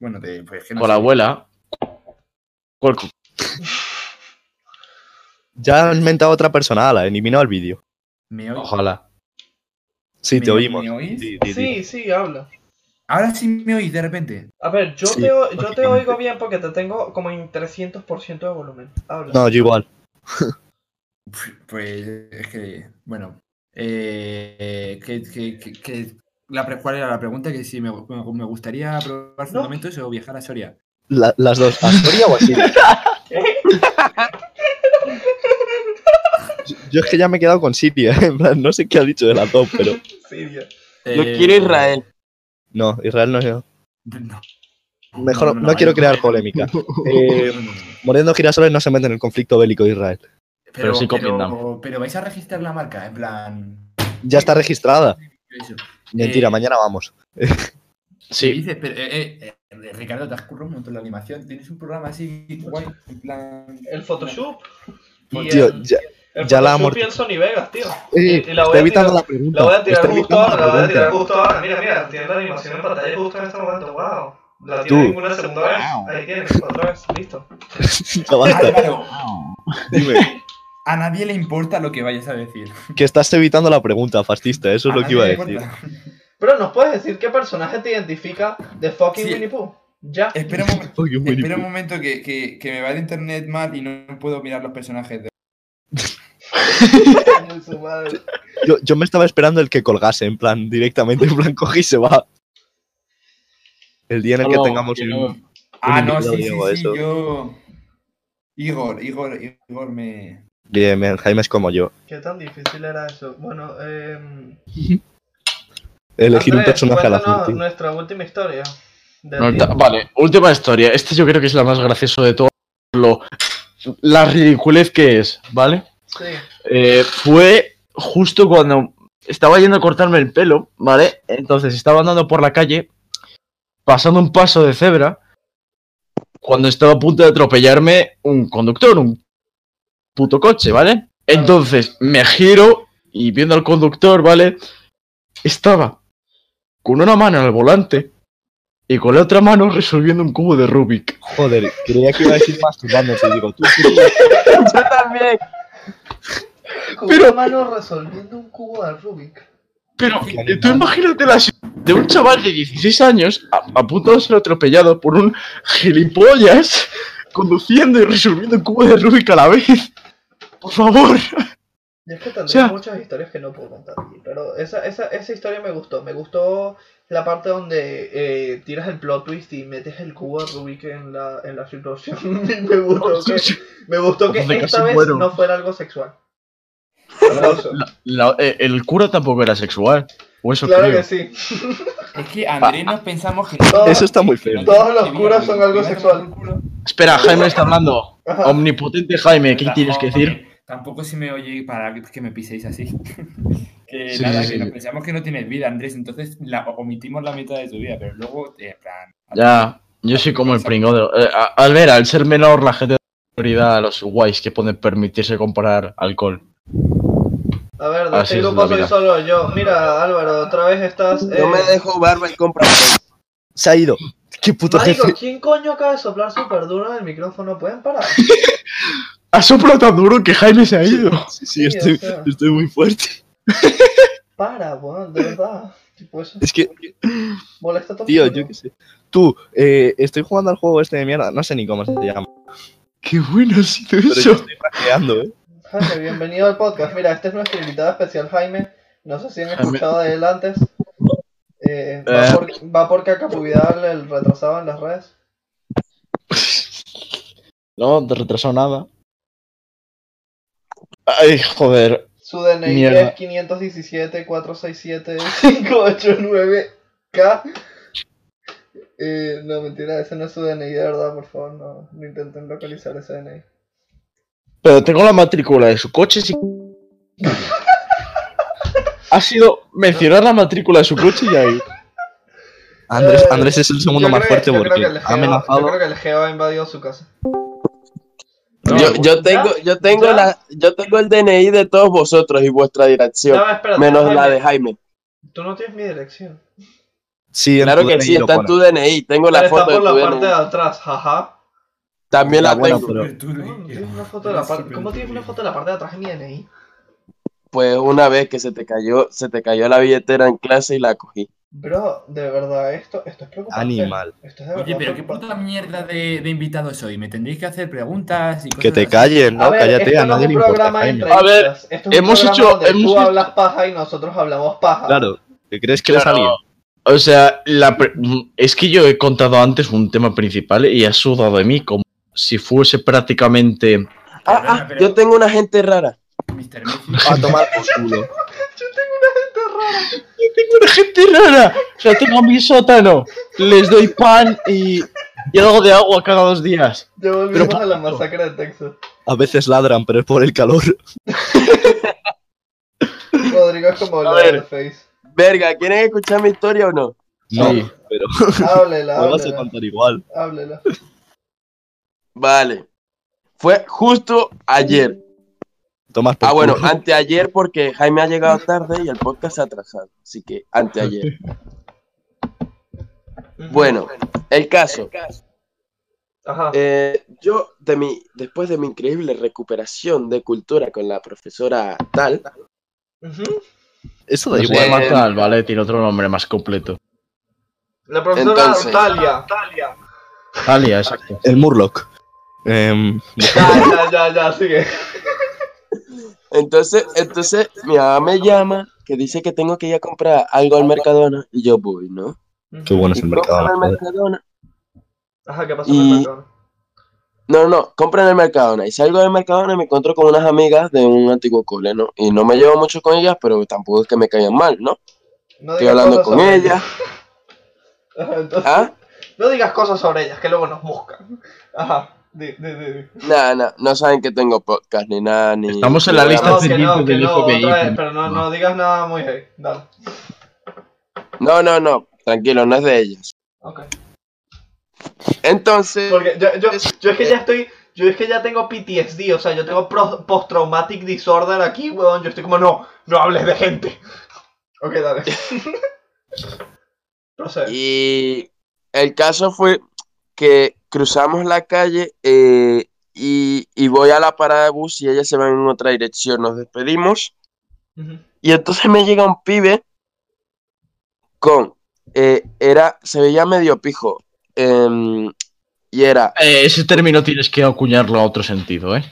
Speaker 5: Bueno, de. Pues, que no
Speaker 2: Con la
Speaker 5: sé.
Speaker 2: abuela. Cuál-
Speaker 3: Ya ha inventado otra persona, ala, eliminado el vídeo.
Speaker 5: ¿Me oís?
Speaker 2: Ojalá.
Speaker 3: Sí, te
Speaker 5: ¿Me-
Speaker 3: oímos.
Speaker 5: me oís?
Speaker 3: Sí, sí, sí.
Speaker 1: Sí, sí, habla.
Speaker 5: Ahora sí me oís de repente.
Speaker 1: A ver, yo,
Speaker 3: Sí,
Speaker 1: te, o- yo te
Speaker 3: lógicamente.
Speaker 1: oigo bien porque te tengo como en 300% de volumen. Habla.
Speaker 3: No, yo igual.
Speaker 5: Pf, Pues es que. Bueno. Eh, que, que- que- que- la, pre- ¿Cuál era la pregunta? Que si me, me gustaría probar fundamentos o viajar a Soria.
Speaker 3: La- las dos, ¿a Soria o así? Yo es que ya me he quedado con Siria, en plan, no sé qué ha dicho de las dos, pero
Speaker 1: Sí, ya.
Speaker 5: Eh,
Speaker 4: Yo quiero Israel.
Speaker 3: no, Israel no es.
Speaker 5: No.
Speaker 3: Mejor, no,
Speaker 5: No, no, no,
Speaker 3: quiero
Speaker 5: ahí-
Speaker 3: crear polémica. Eh,
Speaker 5: No, no, no.
Speaker 3: Moreno Girasoles no se mete en el conflicto bélico de Israel.
Speaker 2: Pero sí con
Speaker 5: pero,
Speaker 2: Vietnam.
Speaker 5: pero vais a registrar la marca, en plan.
Speaker 3: Ya está registrada.
Speaker 5: Eso.
Speaker 3: Mentira,
Speaker 5: Eh,
Speaker 3: mañana vamos.
Speaker 5: Y
Speaker 2: Sí,
Speaker 5: dices, pero, eh, eh, eh, Ricardo, te has currado un montón la animación. Tienes un programa así guay, en plan.
Speaker 1: El Photoshop. y
Speaker 3: Tío,
Speaker 1: el-
Speaker 3: ya,
Speaker 1: el
Speaker 3: ya la
Speaker 1: Photoshop
Speaker 3: amorti-
Speaker 1: y el Sony Vegas, tío.
Speaker 3: eh,
Speaker 1: y la voy
Speaker 3: está
Speaker 1: a
Speaker 3: evitando
Speaker 1: tirar-
Speaker 3: la pregunta.
Speaker 1: La voy a tirar
Speaker 3: está
Speaker 1: justo
Speaker 3: evitando
Speaker 1: ahora, la voy a tirar
Speaker 3: pregunta.
Speaker 1: justo ahora. Mira, mira, tiene la animación en pantalla justo en este momento. Wow. La
Speaker 3: Tú.
Speaker 1: tiene en una segunda vez. Ahí tienes, otra vez, listo.
Speaker 3: Ya basta,
Speaker 5: Álvaro,
Speaker 3: dime,
Speaker 5: a nadie le importa lo que vayas a decir.
Speaker 3: que estás evitando la pregunta, fascista, eso es lo
Speaker 5: nadie
Speaker 3: que iba a
Speaker 5: le
Speaker 3: decir.
Speaker 5: importa.
Speaker 1: Pero nos puedes decir qué personaje te identifica de fucking
Speaker 5: Sí.
Speaker 1: Winnie Pooh. Ya.
Speaker 5: Espera un momento.
Speaker 3: Oye, Winnie
Speaker 5: Espera un momento que, que, que me va el internet mal y no puedo mirar los personajes. De...
Speaker 1: Ay, su madre.
Speaker 3: Yo, yo me estaba esperando el que colgase, en plan, directamente, en plan, coge y se va. El día en el que
Speaker 4: Solo
Speaker 3: tengamos
Speaker 4: que
Speaker 3: un-
Speaker 4: no-
Speaker 5: Ah,
Speaker 3: Yo
Speaker 5: no,
Speaker 3: lo
Speaker 5: sí, sí,
Speaker 3: digo,
Speaker 5: sí,
Speaker 3: eso.
Speaker 5: yo. Igor, Igor, Igor me.
Speaker 3: Bien, bien, Jaime es como yo.
Speaker 1: ¿Qué tan difícil era eso? Bueno, eh.
Speaker 3: Elegir un personaje al azar,
Speaker 1: cuéntanos
Speaker 3: tío.
Speaker 1: nuestra última historia. del
Speaker 2: No,
Speaker 1: día.
Speaker 2: ta- Vale, última historia. Esta yo creo que es la más graciosa de todo. Lo, la ridiculez que es, ¿vale?
Speaker 1: Sí.
Speaker 2: Eh, fue justo cuando estaba yendo a cortarme el pelo, ¿vale? Entonces estaba andando por la calle, pasando un paso de cebra, cuando estaba a punto de atropellarme un conductor, un puto coche, ¿vale? Entonces me giro y viendo al conductor, ¿vale? Estaba con una mano en el volante y con la otra mano resolviendo un cubo de Rubik.
Speaker 3: Joder, creía que iba a decir masturbándose. Digo, tú, tú, tú.
Speaker 4: Yo también.
Speaker 1: Con
Speaker 2: Pero-
Speaker 1: una mano resolviendo un cubo de Rubik.
Speaker 2: Pero
Speaker 3: Qué
Speaker 2: eh, tú
Speaker 3: animal.
Speaker 2: imagínate la si- de un chaval de 16 años a, a punto de ser atropellado por un gilipollas conduciendo y resolviendo un cubo de Rubik a la vez. Por favor.
Speaker 1: Y es que tendré
Speaker 2: sea-
Speaker 1: muchas historias que no puedo contar aquí, pero esa, esa, esa historia me gustó. Me gustó la parte donde eh, tiras el plot twist y metes el cubo de Rubik en la, en la situación. me
Speaker 2: Oh,
Speaker 1: gustó que, me gustó que
Speaker 2: Donde
Speaker 1: esta
Speaker 2: casi
Speaker 1: vez
Speaker 2: muero.
Speaker 1: no fuera algo sexual. Aplauso.
Speaker 2: La- eh, el cura tampoco era sexual. O eso
Speaker 1: Claro
Speaker 2: creo.
Speaker 1: que sí.
Speaker 5: Es
Speaker 3: Ah,
Speaker 5: que Andrés nos pensamos que.
Speaker 1: Todo-
Speaker 3: Eso está muy feo.
Speaker 1: Todos los curas son algo sexual.
Speaker 2: Espera, Jaime está hablando.
Speaker 1: Ajá.
Speaker 2: Omnipotente Jaime, ¿qué
Speaker 5: Tampoco-
Speaker 2: tienes que decir?
Speaker 5: Tampoco si me oye para que me piséis así. que
Speaker 2: Sí,
Speaker 5: nada,
Speaker 2: sí,
Speaker 5: que
Speaker 2: sí.
Speaker 5: nos pensamos que no tienes vida, Andrés, entonces la, omitimos la mitad de tu vida, pero luego, eh, en plan.
Speaker 2: Ya, yo soy como el pringado. Eh, a- al ver, al ser menor, la gente da prioridad a los guays que pueden permitirse comprar alcohol.
Speaker 1: A ver, de
Speaker 2: Así
Speaker 1: este
Speaker 2: es
Speaker 1: grupo
Speaker 2: la
Speaker 1: soy
Speaker 2: vida.
Speaker 1: solo yo. Mira, Álvaro, otra vez estás.
Speaker 4: Yo me
Speaker 1: eh,
Speaker 4: dejo barba y compro. pan.
Speaker 3: Se ha ido. Qué puto
Speaker 1: Marico,
Speaker 3: jefe.
Speaker 1: ¿quién coño acaba de soplar súper duro en el micrófono? ¿Pueden parar?
Speaker 2: Ha soplado tan duro que Jaime se ha ido.
Speaker 3: Sí, sí,
Speaker 1: o
Speaker 3: estoy,
Speaker 1: sea.
Speaker 3: estoy muy fuerte.
Speaker 1: Para, weón, de verdad. Tipo, eso
Speaker 3: Es que,
Speaker 1: molesta a todo
Speaker 3: tío,
Speaker 1: el mundo.
Speaker 3: yo qué sé. Tú, eh, estoy jugando al juego este de mierda. No sé ni cómo se llama.
Speaker 2: Qué bueno ha sido
Speaker 3: Pero yo
Speaker 2: eso.
Speaker 3: estoy raqueando, eh.
Speaker 1: Jaime, bienvenido al podcast. Mira, este es nuestro invitado especial, Jaime. No sé si han escuchado de él antes. Eh, va,
Speaker 3: Eh.
Speaker 1: por, va por caca Puvidal el retrasado en las redes.
Speaker 2: No, te retrasó nada. Ay, joder.
Speaker 1: Su DNI
Speaker 2: Mierda.
Speaker 1: es 517 467 589 k Eh, no, mentira, ese no es su DNI de verdad, por favor, no, no intenten localizar ese DNI.
Speaker 2: Pero tengo la matrícula de su coche. sí. ha sido mencionar la matrícula de su coche y ahí.
Speaker 3: Andrés,
Speaker 1: Eh,
Speaker 3: Andrés es el segundo
Speaker 1: Yo
Speaker 3: más
Speaker 1: creo que-
Speaker 3: fuerte
Speaker 1: yo creo
Speaker 3: porque
Speaker 1: que el
Speaker 3: ha
Speaker 1: GEO Yo
Speaker 3: amenazado.
Speaker 1: creo que el GEO ha invadido su casa.
Speaker 4: Yo, yo tengo, yo tengo
Speaker 1: ya.
Speaker 4: la, yo tengo el DNI de todos vosotros y vuestra dirección,
Speaker 1: No, espérate,
Speaker 4: menos la
Speaker 1: Jaime,
Speaker 4: de Jaime.
Speaker 1: Tú no tienes mi dirección.
Speaker 3: Sí, en
Speaker 4: Claro
Speaker 3: tu
Speaker 4: que
Speaker 3: DNI
Speaker 4: sí,
Speaker 3: lo
Speaker 4: está en
Speaker 3: pone.
Speaker 4: tu DNI, tengo
Speaker 1: Pero
Speaker 4: la
Speaker 1: está
Speaker 4: foto de
Speaker 1: por la
Speaker 4: tu
Speaker 1: parte de
Speaker 4: DNI.
Speaker 1: atrás, jaja.
Speaker 4: También la
Speaker 3: Ya, Ah, bueno,
Speaker 4: tengo.
Speaker 3: pero-
Speaker 1: No,
Speaker 5: eh,
Speaker 1: no tienes una foto de la parte. ¿Cómo tienes una foto de la parte de atrás de mi DNI?
Speaker 4: Pues una vez que se te cayó, se te cayó la billetera en clase y la cogí.
Speaker 1: Bro, de verdad, esto, esto es preocupante.
Speaker 3: Animal.
Speaker 1: Esto es de verdad
Speaker 9: Oye, pero qué
Speaker 1: preocupante.
Speaker 9: puta mierda de, de invitados soy. Me tendréis que hacer preguntas y cosas
Speaker 3: Que te
Speaker 9: así.
Speaker 3: callen,
Speaker 1: a
Speaker 3: no,
Speaker 1: ver,
Speaker 3: cállate,
Speaker 1: esto
Speaker 3: a
Speaker 1: no
Speaker 3: nadie
Speaker 1: es
Speaker 3: le
Speaker 1: un
Speaker 3: importa.
Speaker 1: programa de
Speaker 3: Jaime.
Speaker 1: entrevistas.
Speaker 2: A ver,
Speaker 1: esto es un
Speaker 2: hemos
Speaker 1: programa
Speaker 2: hecho-
Speaker 1: donde
Speaker 2: hemos
Speaker 1: tú
Speaker 2: hecho-
Speaker 1: hablas paja y nosotros hablamos paja.
Speaker 3: Claro, ¿te crees que eres
Speaker 2: Claro.
Speaker 3: alguien?
Speaker 2: O sea, la pre- mm, es que yo he contado antes un tema principal y ha sudado de mí como si fuese prácticamente.
Speaker 4: Ah,
Speaker 9: Perdona,
Speaker 4: ah,
Speaker 9: pero-
Speaker 4: yo tengo una gente rara.
Speaker 9: Mr. Messi.
Speaker 3: A tomar por culo.
Speaker 2: Tengo una gente rara. La tengo en mi sótano. Les doy pan y, y algo de agua cada dos días.
Speaker 1: Ya volvimos
Speaker 2: Pero-
Speaker 1: a la masacre de Texas.
Speaker 3: A veces ladran, pero es por el calor.
Speaker 1: Rodrigo es como
Speaker 4: A
Speaker 1: el face.
Speaker 4: Verga, ¿quieren escuchar mi historia o no?
Speaker 3: No,
Speaker 6: Sí.
Speaker 3: pero
Speaker 1: Háblela,
Speaker 3: lo vas a
Speaker 1: háblela.
Speaker 3: contar igual.
Speaker 1: háblela.
Speaker 4: Vale. Fue justo ayer.
Speaker 3: Tomas por
Speaker 4: Ah, bueno,
Speaker 3: culo.
Speaker 4: anteayer porque Jaime ha llegado tarde y el podcast se ha atrasado. Así que anteayer. Bueno, el caso.
Speaker 1: Ajá.
Speaker 4: Eh, yo, de mi, después de mi increíble recuperación de cultura con la profesora tal,
Speaker 1: Ujú.
Speaker 3: Eso da
Speaker 2: No se
Speaker 3: igual.
Speaker 2: llama tal, vale, tiene otro nombre más completo.
Speaker 1: La profesora
Speaker 4: Entonces.
Speaker 1: Talia.
Speaker 2: Talia, exacto.
Speaker 3: El Murloc. Em,
Speaker 1: Ya, ya, ya, ya, sigue.
Speaker 4: entonces, entonces mi mamá me llama que dice que tengo que ir a comprar algo al Mercadona y yo voy, ¿no?
Speaker 3: qué bueno es
Speaker 2: Pues
Speaker 4: Y
Speaker 3: el
Speaker 4: compro en
Speaker 3: mercado.
Speaker 4: el
Speaker 3: joder.
Speaker 4: Mercadona.
Speaker 1: Ajá, ¿qué pasó en el
Speaker 4: Y-
Speaker 1: mercado?
Speaker 4: No, no, no, compro en el Mercadona y salgo del Mercadona y me encuentro con unas amigas de un antiguo cole, ¿no? Y no me llevo mucho con ellas, pero tampoco es que me caigan mal, ¿no?
Speaker 1: No
Speaker 4: Estoy
Speaker 1: digas
Speaker 4: hablando
Speaker 1: cosas
Speaker 4: con
Speaker 1: sobre
Speaker 4: ellas,
Speaker 1: Ajá, entonces,
Speaker 4: ¿ah?
Speaker 1: No digas cosas sobre ellas, que luego nos buscan. Ajá, di, di, di, di.
Speaker 4: Nada, nada, no saben que tengo podcast ni nada, ni...
Speaker 2: Estamos en la
Speaker 4: ni
Speaker 2: lista
Speaker 1: No,
Speaker 4: nada.
Speaker 2: de-
Speaker 1: que
Speaker 2: pendiente
Speaker 1: no, que
Speaker 2: del
Speaker 1: no,
Speaker 2: FBI,
Speaker 1: otra vez,
Speaker 2: pero-
Speaker 1: pero no, no digas nada muy gay. Dale.
Speaker 4: No, no, no, tranquilo, no es de ellas.
Speaker 1: Ok.
Speaker 4: Entonces...
Speaker 1: Porque yo, yo, yo es que ya estoy. Yo es que ya tengo PTSD, o sea, yo tengo pro- post-traumatic disorder aquí, weón. Yo estoy como, no, no hables de gente. Ok, dale. Procede.
Speaker 4: Y el caso fue que cruzamos la calle eh, y, y voy a la parada de bus y ella se va en otra dirección. Nos despedimos
Speaker 1: Ujú.
Speaker 4: y entonces me llega un pibe con... eh, era, se veía medio pijo em, y era...
Speaker 2: Eh, ese término tienes que acuñarlo a otro sentido, ¿eh?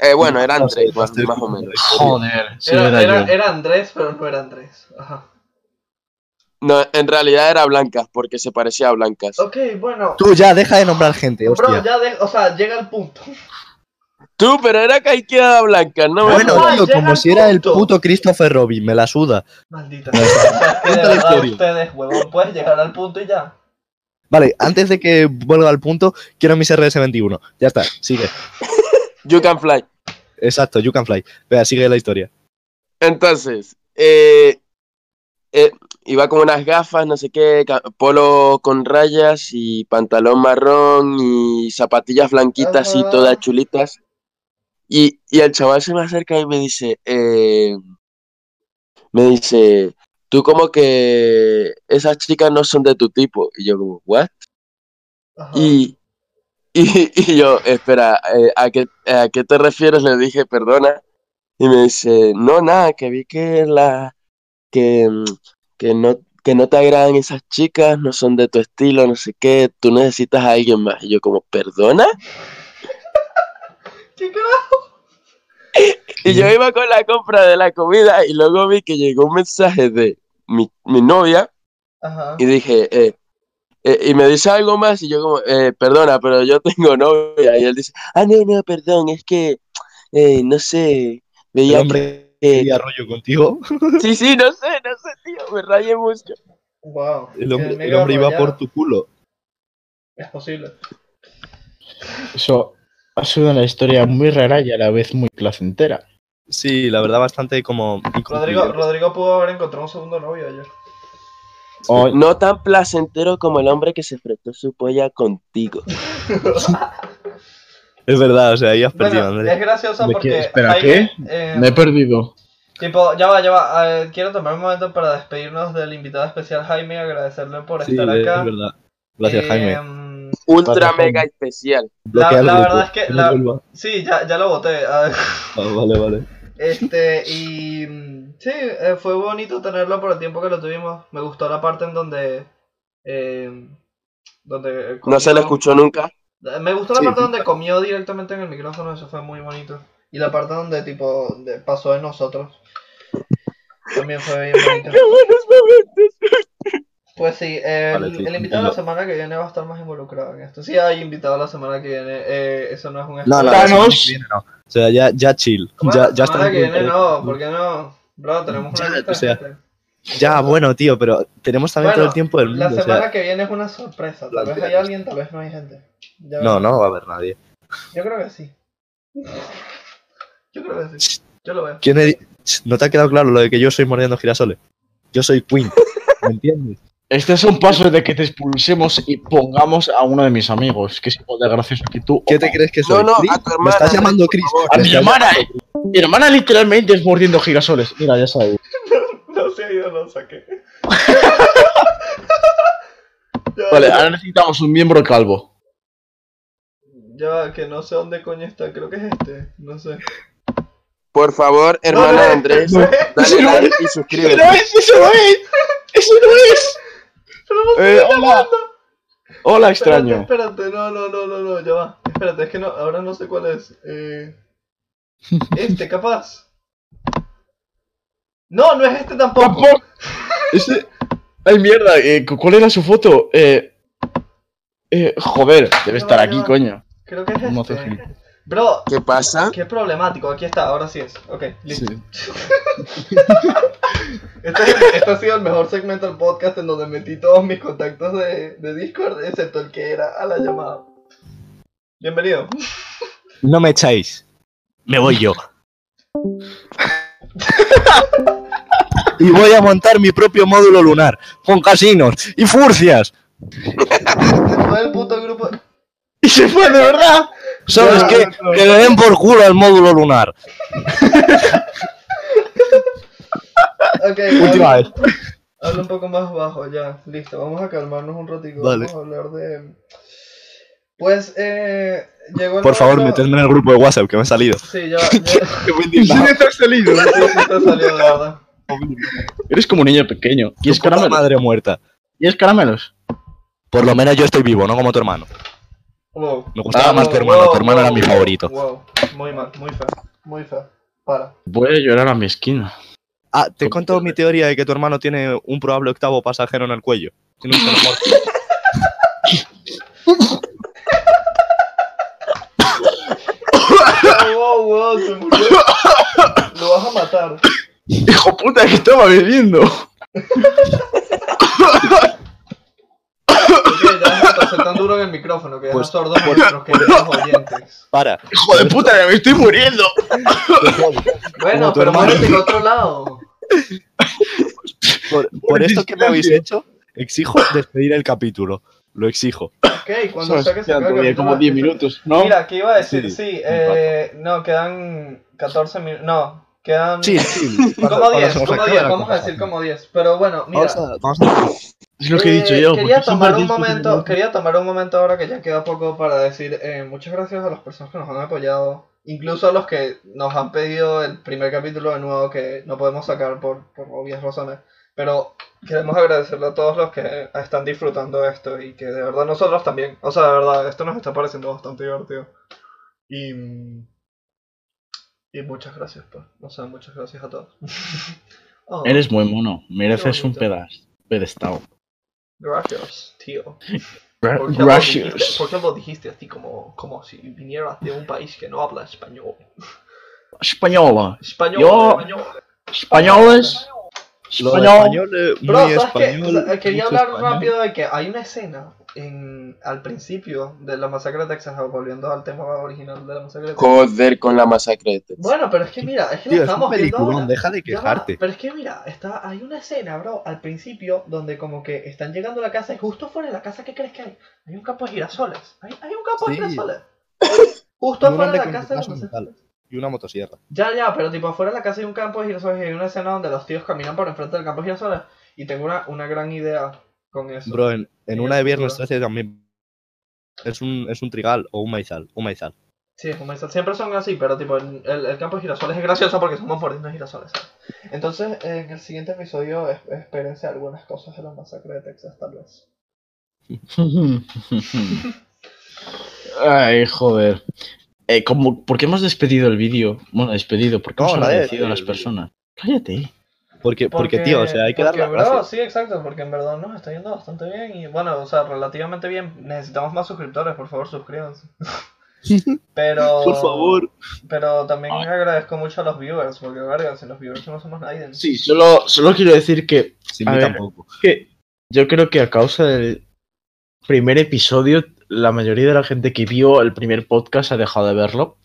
Speaker 4: eh, bueno, era
Speaker 3: No sé,
Speaker 4: Andrés, más,
Speaker 3: estoy
Speaker 4: más o
Speaker 3: escuchando
Speaker 4: menos.
Speaker 3: la historia.
Speaker 2: Joder, sí
Speaker 1: era,
Speaker 2: era,
Speaker 1: era-
Speaker 2: yo.
Speaker 1: era Andrés, pero no era Andrés. Ajá.
Speaker 4: No, en realidad era Blancas porque se parecía a Blancas.
Speaker 1: Ok, bueno.
Speaker 3: Tú ya, deja de nombrar gente,
Speaker 1: Bro,
Speaker 3: hostia.
Speaker 1: ya de, o sea, llega el punto.
Speaker 4: Tú, pero era calqueada Blancas, no me
Speaker 3: Bueno,
Speaker 1: Ay,
Speaker 3: tío,
Speaker 1: llega
Speaker 3: como
Speaker 1: el
Speaker 3: si era el
Speaker 1: punto.
Speaker 3: puto Christopher Robin, me la suda.
Speaker 1: Maldita. sea. O sea, es que de
Speaker 3: Cuéntale,
Speaker 1: verdad
Speaker 3: Florio.
Speaker 1: ustedes, huevón, puedes llegar al punto y ya.
Speaker 3: Vale, antes de que vuelva al punto, quiero mis RS21. Ya está, sigue.
Speaker 4: You can fly.
Speaker 3: Exacto, you can fly. Vea, sigue la historia.
Speaker 4: Entonces, eh, eh, iba con unas gafas, no sé qué, ca- polo con rayas y pantalón marrón y zapatillas blanquitas y
Speaker 1: Ajá.
Speaker 4: todas chulitas. Y, y el chaval se me acerca y me dice, eh, me dice, tú como que esas chicas no son de tu tipo. Y yo como, ¿what?
Speaker 1: Ajá.
Speaker 4: Y, y, y yo, espera, eh, ¿a qué, ¿a qué te refieres? Le dije, perdona. Y me dice, no, nada, que vi que la que, mm, que no, que no te agradan esas chicas, no son de tu estilo, no sé qué, tú necesitas a alguien más. Y yo como, ¿perdona?
Speaker 1: ¿Qué carajo?
Speaker 4: Y yo iba con la compra de la comida y luego vi que llegó un mensaje de mi, mi novia
Speaker 1: Ajá.
Speaker 4: y dije, eh, eh, y me dice algo más y yo como, eh, perdona, pero yo tengo novia. Y él dice, ah, no, no, perdón, es que, eh, no sé,
Speaker 3: El
Speaker 4: veía
Speaker 3: hombre
Speaker 4: que...
Speaker 3: quería rollo contigo.
Speaker 4: Sí, sí, no sé, no sé, tío, me rayé mucho.
Speaker 1: Wow.
Speaker 3: El hombre, el hombre iba por tu culo.
Speaker 1: Es posible.
Speaker 2: Eso ha sido una historia muy rara y a la vez muy placentera.
Speaker 3: Sí, la verdad, bastante como.
Speaker 1: Rodrigo,
Speaker 3: inconcluyente.
Speaker 1: Rodrigo pudo haber encontrado un segundo novio ayer.
Speaker 2: O-
Speaker 4: No tan placentero como el hombre que se fretó su polla contigo.
Speaker 3: Es verdad, o sea, ahí has perdido,
Speaker 1: Bueno,
Speaker 3: Andrés.
Speaker 1: es gracioso
Speaker 2: ¿De
Speaker 1: porque.
Speaker 2: qué? Espera,
Speaker 1: hay-
Speaker 2: ¿qué?
Speaker 1: eh,
Speaker 2: Me he perdido.
Speaker 1: Tipo, ya va, ya va. eh, quiero tomar un momento para despedirnos del invitado especial Jaime, agradecerle por
Speaker 3: Sí, es
Speaker 1: estar acá.
Speaker 3: verdad. Gracias,
Speaker 1: Eh,
Speaker 3: Jaime.
Speaker 4: Ultra
Speaker 2: Plataforma.
Speaker 4: mega especial.
Speaker 3: Bloquearlo
Speaker 1: la
Speaker 3: de
Speaker 1: verdad
Speaker 3: tu-
Speaker 1: es que
Speaker 3: no
Speaker 1: la-
Speaker 3: vuelva.
Speaker 1: Sí, ya, ya lo voté.
Speaker 3: Ah, vale, vale.
Speaker 1: Este, y mm, sí, eh, fue bonito tenerlo por el tiempo que lo tuvimos. Me gustó la parte en donde. eh, donde eh,
Speaker 4: No se lo
Speaker 1: comió-
Speaker 4: escuchó nunca.
Speaker 1: Eh, Me gustó la
Speaker 3: Sí,
Speaker 1: parte
Speaker 3: sí.
Speaker 1: donde comió directamente en el micrófono, eso fue muy bonito. Y la parte donde, tipo, de- pasó de nosotros. También fue bien bonito.
Speaker 4: buenos momentos!
Speaker 1: Pues sí, eh,
Speaker 3: Vale,
Speaker 1: el,
Speaker 3: sí,
Speaker 1: el invitado la
Speaker 3: entiendo.
Speaker 1: semana que viene va a estar más involucrado en esto. Sí, hay invitado la semana que viene, eh, eso no es un
Speaker 3: No, no, la
Speaker 1: spoiler.
Speaker 3: semana que viene no. O sea, ya, ya chill.
Speaker 1: Bueno,
Speaker 3: ya, ya
Speaker 1: la semana
Speaker 3: estamos
Speaker 1: que viene
Speaker 3: con-
Speaker 1: no, ¿por qué no? Bro, tenemos una
Speaker 3: Ya,
Speaker 1: lista
Speaker 3: o sea,
Speaker 1: gente.
Speaker 3: Ya, bueno, tío, pero tenemos también
Speaker 1: Bueno,
Speaker 3: todo el tiempo del mundo.
Speaker 1: La
Speaker 3: o sea,
Speaker 1: semana que viene es una sorpresa. Tal vez hay
Speaker 3: plantea-
Speaker 1: alguien, tal vez no hay gente. Ya
Speaker 3: No,
Speaker 1: veremos.
Speaker 3: no va a haber nadie.
Speaker 1: Yo creo que sí. Yo creo que sí. Yo lo veo.
Speaker 3: ¿Quién he- ¿No te ha quedado claro lo de que yo soy mordiendo girasoles? Yo soy Queen. ¿Me entiendes?
Speaker 2: Este es un paso de que te expulsemos y pongamos a uno de mis amigos, que es igual de gracioso que tú.
Speaker 3: ¿Qué te crees que soy?
Speaker 4: No, no,
Speaker 3: ¿Chris?
Speaker 4: a tu
Speaker 3: ¿Me
Speaker 4: hermana.
Speaker 3: estás llamando Chris?
Speaker 4: favor.
Speaker 2: A
Speaker 3: ¿Me
Speaker 2: mi
Speaker 3: estás
Speaker 2: hermana, eh. mi hermana literalmente es mordiendo girasoles. Mira, ya sabes.
Speaker 1: No sé, yo lo saqué. Ya,
Speaker 2: Vale, ah.
Speaker 1: ya-
Speaker 2: ahora necesitamos un miembro calvo.
Speaker 1: Ya, va, que no sé dónde coño está, creo que es este, no sé.
Speaker 4: Por favor, hermana
Speaker 1: no,
Speaker 4: de Andrés,
Speaker 1: no.
Speaker 4: dale like y suscríbete.
Speaker 2: es! ¡Eso no es! ¡Eso no es!
Speaker 1: Pero no
Speaker 2: Eh,
Speaker 1: sé
Speaker 2: hola. Hola, extraño.
Speaker 1: Espérate, espérate, no, no, no, no, no, ya va. Espérate, es que no, ahora no sé cuál es. Eh... Este, capaz. No, no es este tampoco.
Speaker 2: Tampoco. Ese- Ay, mierda, eh, cu- ¿cuál era su foto? Eh... eh, joder, debe estar aquí, coño.
Speaker 1: Creo que es
Speaker 2: No te
Speaker 1: este.
Speaker 2: flipes.
Speaker 1: Bro,
Speaker 4: ¿Qué pasa?
Speaker 1: qué problemático, aquí está, ahora sí es. Ok,
Speaker 2: Sí.
Speaker 1: listo. Este, es el- este ha sido el mejor segmento del podcast en donde metí todos mis contactos de, de Discord, excepto el que era a la llamada. Bienvenido.
Speaker 3: No me echáis. Me voy yo. y voy a montar mi propio módulo lunar con casinos y furcias.
Speaker 1: Se fue el puto grupo.
Speaker 3: Y se fue de verdad. ¿Sabes
Speaker 1: Ya,
Speaker 3: qué?
Speaker 1: no.
Speaker 3: Que le den por culo al módulo lunar.
Speaker 1: Ok,
Speaker 3: Última
Speaker 1: habla,
Speaker 3: vez.
Speaker 1: habla un poco más bajo, ya. Listo, vamos a calmarnos un ratito.
Speaker 3: Vale.
Speaker 1: Vamos a hablar de. Pues, eh. Llegó el
Speaker 3: Por favor,
Speaker 1: momento-
Speaker 3: metedme en el grupo de WhatsApp que me ha salido.
Speaker 1: Sí, ya. ya...
Speaker 2: salido.
Speaker 1: sí, sí te salió, de verdad.
Speaker 2: Eres como un niño pequeño. ¿Y es
Speaker 3: Tu puta
Speaker 2: caramelos?
Speaker 3: madre muerta.
Speaker 2: ¿Y es caramelos?
Speaker 3: Por lo menos yo estoy vivo, no como tu hermano.
Speaker 1: Wow.
Speaker 3: Me gustaba
Speaker 2: Ah,
Speaker 3: más tu hermano, tu hermano era mi favorito.
Speaker 1: Wow, muy mal, muy feo. Muy feo. Para.
Speaker 2: Voy a llorar a mi esquina.
Speaker 3: Ah, te he contado mi teoría de que tu hermano tiene un probable octavo pasajero en el cuello. Tiene un xenomorfo.
Speaker 1: Wow, wow, wow, se murió. Lo vas a matar.
Speaker 2: ¡Hijo puta que estaba bebiendo!
Speaker 1: Ok, ya deja de toser tan duro en el micrófono que deja
Speaker 3: Pues-
Speaker 1: sordos a nuestros queridos oyentes.
Speaker 3: Para.
Speaker 2: ¡Hijo de puta que me estoy muriendo!
Speaker 1: Bueno,
Speaker 3: Como tu
Speaker 1: pero
Speaker 3: hermano.
Speaker 1: muérete en otro lado.
Speaker 3: Por, por esto que me habéis hecho, exijo despedir el capítulo. Lo exijo.
Speaker 1: Ok, cuando
Speaker 2: Sabes,
Speaker 1: saques
Speaker 2: quedan todavía como 10 minutos, ¿no?
Speaker 1: Mira, ¿qué iba a decir? Sí,
Speaker 3: Sí,
Speaker 1: eh, no, quedan 14 minutos. No, quedan.
Speaker 3: Sí, sí.
Speaker 1: Como 10, como 10, vamos a decir como 10. Pero bueno, mira.
Speaker 3: Vamos a, vamos a-
Speaker 2: Es lo que he dicho
Speaker 1: eh,
Speaker 2: yo. ¿por
Speaker 1: Quería
Speaker 2: qué son
Speaker 1: tomar un
Speaker 2: malditos
Speaker 1: momento,
Speaker 2: minutos?
Speaker 1: quería tomar un momento ahora que ya queda poco para decir eh, muchas gracias a las personas que nos han apoyado, incluso a los que nos han pedido el primer capítulo de nuevo que no podemos sacar por, por obvias razones. Pero queremos agradecerle a todos los que están disfrutando esto y que de verdad nosotros también, o sea, de verdad, esto nos está pareciendo bastante divertido. Y, mm, y muchas gracias, pues. O sea, muchas gracias a todos. Oh,
Speaker 2: Eres muy mono, mereces
Speaker 1: Qué
Speaker 2: un
Speaker 1: bonito.
Speaker 2: pedazo. Pedestal.
Speaker 1: Gracias, tío.
Speaker 2: Gra-
Speaker 1: ¿Por qué lo dijiste-
Speaker 2: Gracias.
Speaker 1: ¿Por qué lo dijiste así como, como si vinieras de un país que no habla español?
Speaker 2: Española.
Speaker 1: Español,
Speaker 2: Yo-
Speaker 1: español.
Speaker 2: Españoles.
Speaker 3: Lo de
Speaker 2: Español.
Speaker 3: español, eh,
Speaker 1: Bro,
Speaker 3: muy
Speaker 1: ¿sabes qué?
Speaker 3: español,
Speaker 1: O sea, eh, quería
Speaker 3: mucho
Speaker 1: hablar
Speaker 3: español.
Speaker 1: rápido de que hay una escena en, al principio de la masacre de Texas, volviendo al tema original de la masacre de Texas.
Speaker 4: Joder con la masacre. de Texas.
Speaker 1: Bueno, pero es que mira, es que
Speaker 3: Tío,
Speaker 1: la
Speaker 3: es
Speaker 1: estamos
Speaker 3: un
Speaker 1: viendo
Speaker 3: peliculón,
Speaker 1: ahora.
Speaker 3: deja
Speaker 1: Ya
Speaker 3: de
Speaker 1: va,
Speaker 3: quejarte.
Speaker 1: Pero es que mira, está, hay una escena, bro, al principio, donde como que están llegando a la casa y justo fuera de la casa, ¿qué crees que hay? Hay un campo de girasoles. Hay, hay un campo de
Speaker 3: Sí.
Speaker 1: girasoles. Justo
Speaker 3: Y un
Speaker 1: afuera de
Speaker 3: hombre
Speaker 1: la
Speaker 3: con
Speaker 1: casa. de
Speaker 3: retraso
Speaker 1: los-
Speaker 3: mental. Y una motosierra.
Speaker 1: Ya, ya, pero tipo afuera de la casa hay un campo de girasoles y hay una escena donde los tíos caminan por enfrente del campo de girasoles. Y tengo una, una gran idea con eso.
Speaker 3: Bro, en, en
Speaker 1: Sí,
Speaker 3: una de viernes
Speaker 1: bro.
Speaker 3: 13 también. Es un, es un trigal o un maizal. Un maizal.
Speaker 1: Sí, como esas- siempre son así, pero tipo, el, el- el campo de girasoles es gracioso porque somos mordiendo girasoles. ¿sabes? Entonces, en el siguiente episodio, es- espérense algunas cosas de la masacre de Texas, tal vez.
Speaker 2: Ay, joder. Eh, ¿cómo- ¿Por qué hemos despedido el vídeo? Bueno, despedido, ¿por qué
Speaker 3: No,
Speaker 2: hemos
Speaker 3: nadie
Speaker 2: agradecido a
Speaker 3: despide
Speaker 2: las
Speaker 3: el
Speaker 2: personas? Cállate.
Speaker 3: Porque, porque, tío, o sea, hay que dar
Speaker 1: porque,
Speaker 3: las
Speaker 1: bro,
Speaker 3: gracias.
Speaker 1: Sí, exacto, porque en verdad nos está yendo bastante bien y bueno, o sea, relativamente bien. Necesitamos más suscriptores, por favor, suscríbanse. Pero,
Speaker 3: Por favor.
Speaker 1: pero también agradezco mucho a los viewers, porque verga, sin los viewers no somos nadie.
Speaker 2: Sí, solo, solo quiero decir que,
Speaker 3: Sin
Speaker 2: a
Speaker 3: mí
Speaker 2: ver.
Speaker 3: tampoco.
Speaker 2: que yo creo que a causa del primer episodio, la mayoría de la gente que vio el primer podcast ha dejado de verlo.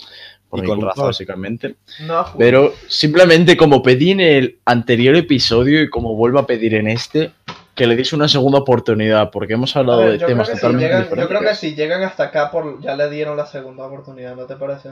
Speaker 2: Por
Speaker 3: Y
Speaker 2: mi
Speaker 3: con
Speaker 2: culpa,
Speaker 3: razón.
Speaker 2: básicamente.
Speaker 1: No, ju-
Speaker 2: Pero simplemente como pedí en el anterior episodio y como vuelvo a pedir en este, que le deis una segunda oportunidad, porque hemos
Speaker 1: A
Speaker 2: hablado
Speaker 1: ver,
Speaker 2: de
Speaker 1: yo, creo
Speaker 2: temas
Speaker 1: que si
Speaker 2: totalmente
Speaker 1: llegan, yo
Speaker 2: diferentes.
Speaker 1: creo que si llegan hasta acá, por, ya le dieron la segunda oportunidad, ¿no te parece?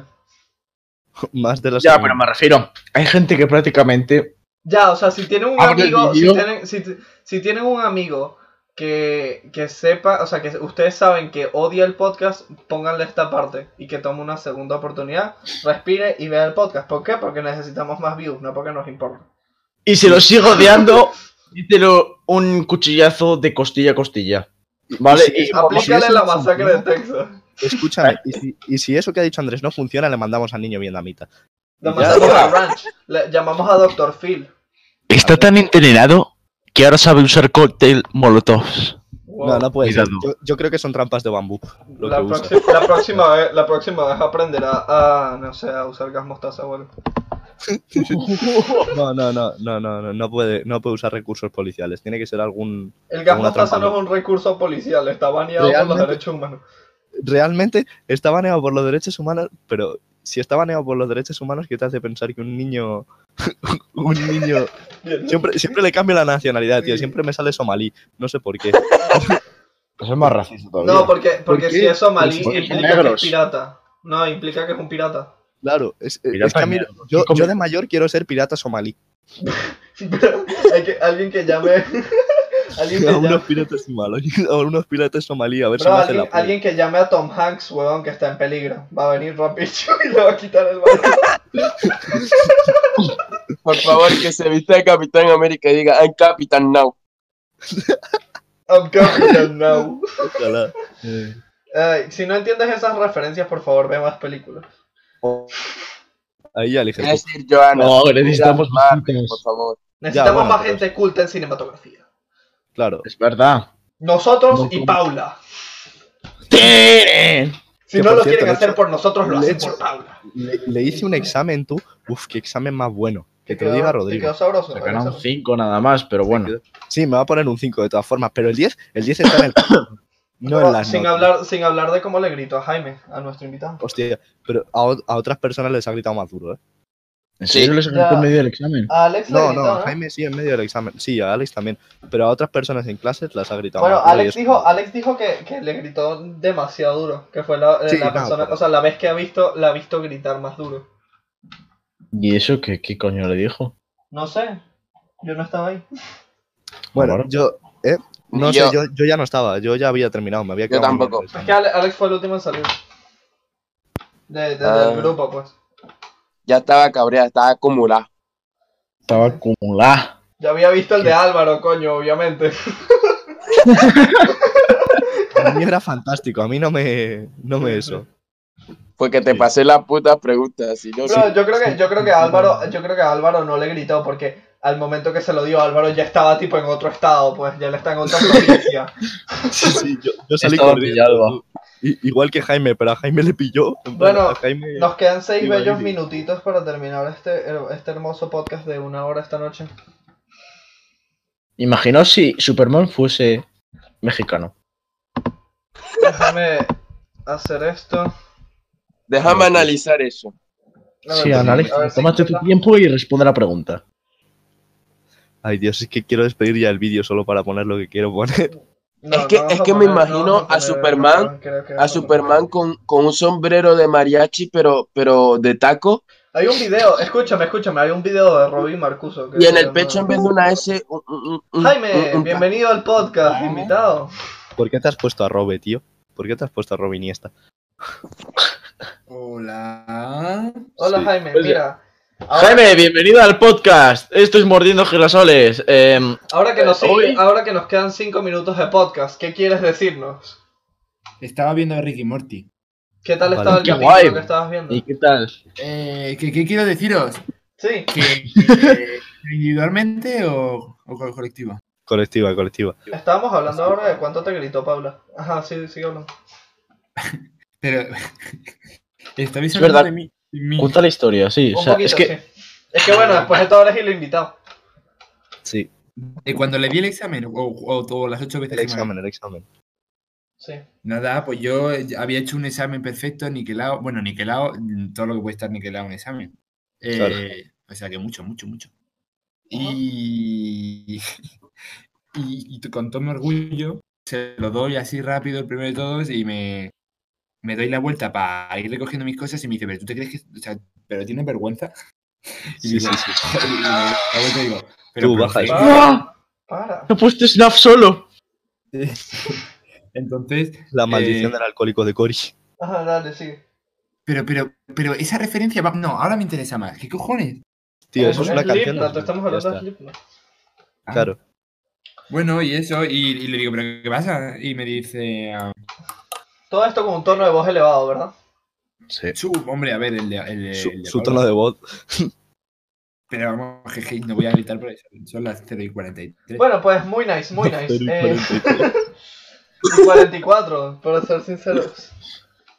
Speaker 3: Más de las.
Speaker 2: Ya, pero me refiero, hay gente que prácticamente...
Speaker 1: Ya, o sea, si tienen un
Speaker 3: Ah,
Speaker 2: Abre el
Speaker 1: amigo, si
Speaker 2: vídeo.
Speaker 1: tienen, si, si tienen un amigo que, que sepa, o sea, que ustedes saben que odia el podcast, pónganle esta parte y que tome una segunda oportunidad, respire y vea el podcast. ¿Por qué? Porque necesitamos más views, no porque nos importa.
Speaker 2: Y si lo sigo odiando, dítelo un cuchillazo de costilla a costilla. ¿Vale?
Speaker 3: Sí,
Speaker 2: Y-
Speaker 3: sí,
Speaker 2: vamos,
Speaker 1: Aplícale
Speaker 3: eso
Speaker 1: la
Speaker 3: es un
Speaker 1: masacre de
Speaker 3: problema.
Speaker 1: Texas.
Speaker 3: Escúchame, y si, y si eso que ha dicho Andrés no funciona, le mandamos al niño vietnamita.
Speaker 1: La
Speaker 3: Ya,
Speaker 1: masacre
Speaker 3: ya.
Speaker 1: de Ranch. Le llamamos a Dr. Phil.
Speaker 2: Está tan enterado que ahora sabe usar cóctel molotov.
Speaker 1: Wow.
Speaker 3: No, no puede ser.
Speaker 2: Cuidado.
Speaker 3: Yo, yo creo que son trampas de bambú. Lo
Speaker 1: la,
Speaker 3: que usa.
Speaker 1: próxima, la próxima vez, la próxima vez aprenderá a, no sé, a usar gas mostaza o algo.
Speaker 3: No, no, no, no, no, no, no puede, no puede usar recursos policiales. Tiene que ser algún.
Speaker 1: El gas
Speaker 3: Como una
Speaker 1: mostaza
Speaker 3: trampa,
Speaker 1: no es un recurso policial, está baneado por
Speaker 3: Realmente-
Speaker 1: los derechos humanos.
Speaker 3: Realmente está baneado por los derechos humanos, pero si está baneado por los derechos humanos, ¿qué te hace pensar que un niño, un niño Siempre, siempre le cambio la nacionalidad, tío.
Speaker 1: Sí.
Speaker 3: Siempre me sale somalí. No sé por qué.
Speaker 2: Eso es más racista todavía.
Speaker 1: No, porque, porque
Speaker 3: ¿Por qué?
Speaker 1: si es somalí,
Speaker 3: Pues porque
Speaker 2: son
Speaker 1: implica que es
Speaker 2: negros.
Speaker 1: pirata. No, implica que es un pirata.
Speaker 3: Claro, es, es
Speaker 2: Pirata
Speaker 3: que a mí-
Speaker 2: mierda.
Speaker 3: yo,
Speaker 2: Sí, come-
Speaker 3: yo de mayor quiero ser pirata somalí.
Speaker 1: Hay que, alguien que llame. alguien,
Speaker 3: A
Speaker 1: que llame
Speaker 3: unos piratas somalí. A unos piratas somalí, a ver si
Speaker 1: Bro,
Speaker 3: me hacen
Speaker 1: alguien,
Speaker 3: la prueba.
Speaker 1: alguien que llame a Tom Hanks, huevón, que está en peligro. Va a venir Rapicho y le va a quitar el balón.
Speaker 4: Por favor, que se vista de Capitán América y diga, I'm Capitán Now.
Speaker 1: I'm Captain Now.
Speaker 3: Ojalá. Eh,
Speaker 1: Ay, si no entiendes esas referencias, por favor, ve más películas.
Speaker 3: Ahí ya elige.
Speaker 4: Es decir, Joana.
Speaker 2: No, necesitamos
Speaker 4: Mira,
Speaker 2: más.
Speaker 4: Marvel, Por favor.
Speaker 1: Necesitamos
Speaker 3: bueno,
Speaker 1: más
Speaker 3: pero-
Speaker 1: gente culta en cinematografía.
Speaker 3: Claro.
Speaker 2: Es verdad.
Speaker 1: Nosotros
Speaker 2: No,
Speaker 1: y
Speaker 2: como-
Speaker 1: Paula.
Speaker 2: ¡Teren!
Speaker 1: Si
Speaker 3: Que,
Speaker 1: no
Speaker 3: por
Speaker 1: lo
Speaker 3: cierto,
Speaker 1: quieren
Speaker 3: de
Speaker 1: hacer
Speaker 3: hecho-
Speaker 1: por nosotros, lo
Speaker 3: de
Speaker 1: hacen
Speaker 3: hecho-
Speaker 1: por Paula.
Speaker 3: Le, le hice un examen tú. Uf, qué examen más bueno. Que te lo
Speaker 1: quedó-
Speaker 3: diga
Speaker 1: Te quedó
Speaker 3: Rodrigo.
Speaker 1: sabroso. ¿verdad?
Speaker 2: Sacaron 5 nada más, pero bueno.
Speaker 3: Sí, me va a poner un 5 de todas formas. Pero el 10, el 10 está en el. No en las
Speaker 1: sin,
Speaker 3: notas.
Speaker 1: hablar, sin hablar de cómo le gritó a Jaime, a nuestro invitado.
Speaker 3: Hostia, pero a, o- a otras personas les ha gritado más duro, ¿eh?
Speaker 2: ¿En
Speaker 4: Sí.
Speaker 2: serio les
Speaker 1: Ya.
Speaker 2: gritó en medio del examen?
Speaker 1: A Alex le
Speaker 3: No,
Speaker 1: gritó,
Speaker 3: no, a Jaime sí, en medio del examen. Sí, a Alex también. Pero a otras personas en clases las ha gritado.
Speaker 1: Bueno,
Speaker 3: más duro y
Speaker 1: Alex
Speaker 3: eso-
Speaker 1: dijo, Alex dijo que, que le gritó demasiado duro, que fue la, eh,
Speaker 3: Sí,
Speaker 1: la
Speaker 3: no,
Speaker 1: persona,
Speaker 3: pero-
Speaker 1: o sea, la vez que ha visto, la ha visto gritar más duro.
Speaker 2: ¿Y eso qué, qué coño le dijo?
Speaker 1: No sé, yo no estaba ahí.
Speaker 3: Bueno,
Speaker 2: Ahora.
Speaker 3: yo. ¿eh? No
Speaker 4: Ni
Speaker 3: sé,
Speaker 4: yo.
Speaker 3: yo, yo ya no estaba. Yo ya había terminado. Me había
Speaker 4: Yo
Speaker 3: quedado muy
Speaker 4: tampoco.
Speaker 3: mal del
Speaker 1: Es que
Speaker 3: examen.
Speaker 1: Ale- Alex fue el último en salir. De, de-
Speaker 4: Ah.
Speaker 1: Del grupo, pues.
Speaker 4: Ya estaba cabreada, estaba acumulada.
Speaker 2: Estaba acumulada.
Speaker 1: Ya había visto el de Álvaro, coño, obviamente.
Speaker 3: A mí era fantástico. A mí no me. No me eso.
Speaker 4: Porque te
Speaker 3: Sí.
Speaker 4: pasé la puta pregunta, si no,
Speaker 1: Bro, yo creo que, yo creo que Álvaro, yo creo que Álvaro no le gritó porque al momento que se lo dio Álvaro ya estaba tipo en otro estado, pues ya le está en otra provincia.
Speaker 3: Sí, sí, yo, yo salí
Speaker 4: Estaba
Speaker 3: corriendo. I- Igual que Jaime, pero a Jaime le pilló. en plan,
Speaker 1: Bueno,
Speaker 3: a Jaime-
Speaker 1: Nos quedan seis
Speaker 3: Sí,
Speaker 1: bellos
Speaker 3: sí.
Speaker 1: minutitos para terminar este, este hermoso podcast de una hora esta noche.
Speaker 2: Imaginaos si Superman fuese mexicano.
Speaker 1: Déjame hacer esto.
Speaker 4: Déjame analizar eso.
Speaker 1: A ver,
Speaker 2: sí,
Speaker 1: a ver
Speaker 2: analiza.
Speaker 1: si
Speaker 2: Tómate tu
Speaker 1: encuentra-
Speaker 2: tiempo y responde la pregunta.
Speaker 3: Ay, Dios, es que quiero despedir ya el vídeo solo para poner lo que quiero poner.
Speaker 1: No,
Speaker 4: Es que-
Speaker 1: no vamos
Speaker 4: es que
Speaker 1: a
Speaker 4: me
Speaker 1: poner- no
Speaker 4: imagino
Speaker 1: vamos
Speaker 4: a
Speaker 1: poner-
Speaker 4: Superman-
Speaker 1: no, creo que
Speaker 4: A
Speaker 1: vamos
Speaker 4: Superman con, con un sombrero de mariachi, pero, pero de taco.
Speaker 1: Hay un video, escúchame, escúchame, hay un video de Robin Marcuso. que-
Speaker 4: Y en el pecho, en vez de una S, un- un- un-
Speaker 1: Jaime,
Speaker 4: un- un-
Speaker 1: bienvenido al podcast, invitado.
Speaker 3: ¿Por qué te has puesto a Robe, tío? ¿Por qué te has puesto a Robe Iniesta?
Speaker 5: Hola.
Speaker 1: Hola
Speaker 3: Sí.
Speaker 1: Jaime,
Speaker 2: Oye.
Speaker 1: mira. Ahora,
Speaker 2: Jaime, bienvenido al podcast. Esto es Mordiendo Girasoles. Em,
Speaker 1: ahora que nos sigue-
Speaker 2: Hoy-
Speaker 1: ahora que nos quedan cinco minutos de podcast, ¿qué quieres decirnos?
Speaker 5: Estaba viendo a Ricky Morty.
Speaker 1: ¿Qué tal
Speaker 3: Vale.
Speaker 1: estaba el
Speaker 2: Qué
Speaker 1: capítulo
Speaker 2: guay.
Speaker 1: que estabas viendo?
Speaker 2: ¿Y qué tal?
Speaker 5: Eh, ¿qué, qué quiero deciros?
Speaker 1: Sí,
Speaker 5: ¿Que, eh, individualmente o, o co- colectivo?
Speaker 3: Colectiva, colectiva.
Speaker 1: estábamos hablando ahora de cuánto te gritó Paula. Ajá, sí, sigue hablando.
Speaker 5: Pero. Estabais
Speaker 2: Es
Speaker 5: hablando
Speaker 2: verdad.
Speaker 5: de mí. de mí.
Speaker 2: Cuenta la historia, sí.
Speaker 1: Un
Speaker 2: o sea,
Speaker 1: poquito,
Speaker 2: es que
Speaker 1: sí. Es que bueno, después de todo eres el invitado.
Speaker 3: Sí,
Speaker 5: Eh, cuando le di el examen, o, o- o las ocho veces
Speaker 3: el
Speaker 5: que me-
Speaker 3: examen, el examen.
Speaker 1: Sí.
Speaker 5: Nada, pues yo eh, había hecho un examen perfecto, niquelado, bueno, niquelado, mm, todo lo que puede estar niquelado en un examen.
Speaker 3: Claro.
Speaker 5: Eh, o sea que mucho, mucho, mucho. Y, y, y con todo mi orgullo se lo doy así rápido el primero de todos y me, me doy la vuelta para ir recogiendo mis cosas y me dice, pero tú te crees que, o sea, pero tienes vergüenza. Y
Speaker 3: Sí,
Speaker 5: digo,
Speaker 3: sí, sí.
Speaker 5: y me doy la vuelta y digo, pero
Speaker 3: Tú
Speaker 5: profe,
Speaker 3: bajas.
Speaker 1: Para. para.
Speaker 2: he puesto Snap solo.
Speaker 5: Entonces,
Speaker 3: La maldición
Speaker 5: Eh,
Speaker 3: del alcohólico de Cory.
Speaker 1: Ajá, dale, sigue.
Speaker 5: pero, pero, pero esa referencia va, no, ahora me interesa más, ¿qué cojones?
Speaker 3: Tío, eso es una
Speaker 1: Slipknot,
Speaker 3: canción. de Slipknot,
Speaker 1: estamos
Speaker 3: ya
Speaker 1: hablando de
Speaker 3: está.
Speaker 1: Slipknot.
Speaker 5: Ah.
Speaker 3: Claro.
Speaker 5: Bueno, y eso, y, y le digo, ¿pero qué pasa? Y me dice, ah,
Speaker 1: Todo esto con un tono de voz elevado, ¿verdad?
Speaker 5: su, hombre, a ver, el de. El de-
Speaker 3: Su,
Speaker 5: el eh, de
Speaker 3: su
Speaker 5: Pablo".
Speaker 3: tono de voz.
Speaker 5: Pero vamos, jeje, no voy a gritar por eso. Son las 0 y 43.
Speaker 1: Bueno, pues muy nice, muy nice. Eh,
Speaker 3: 43.
Speaker 1: 44, para ser sinceros.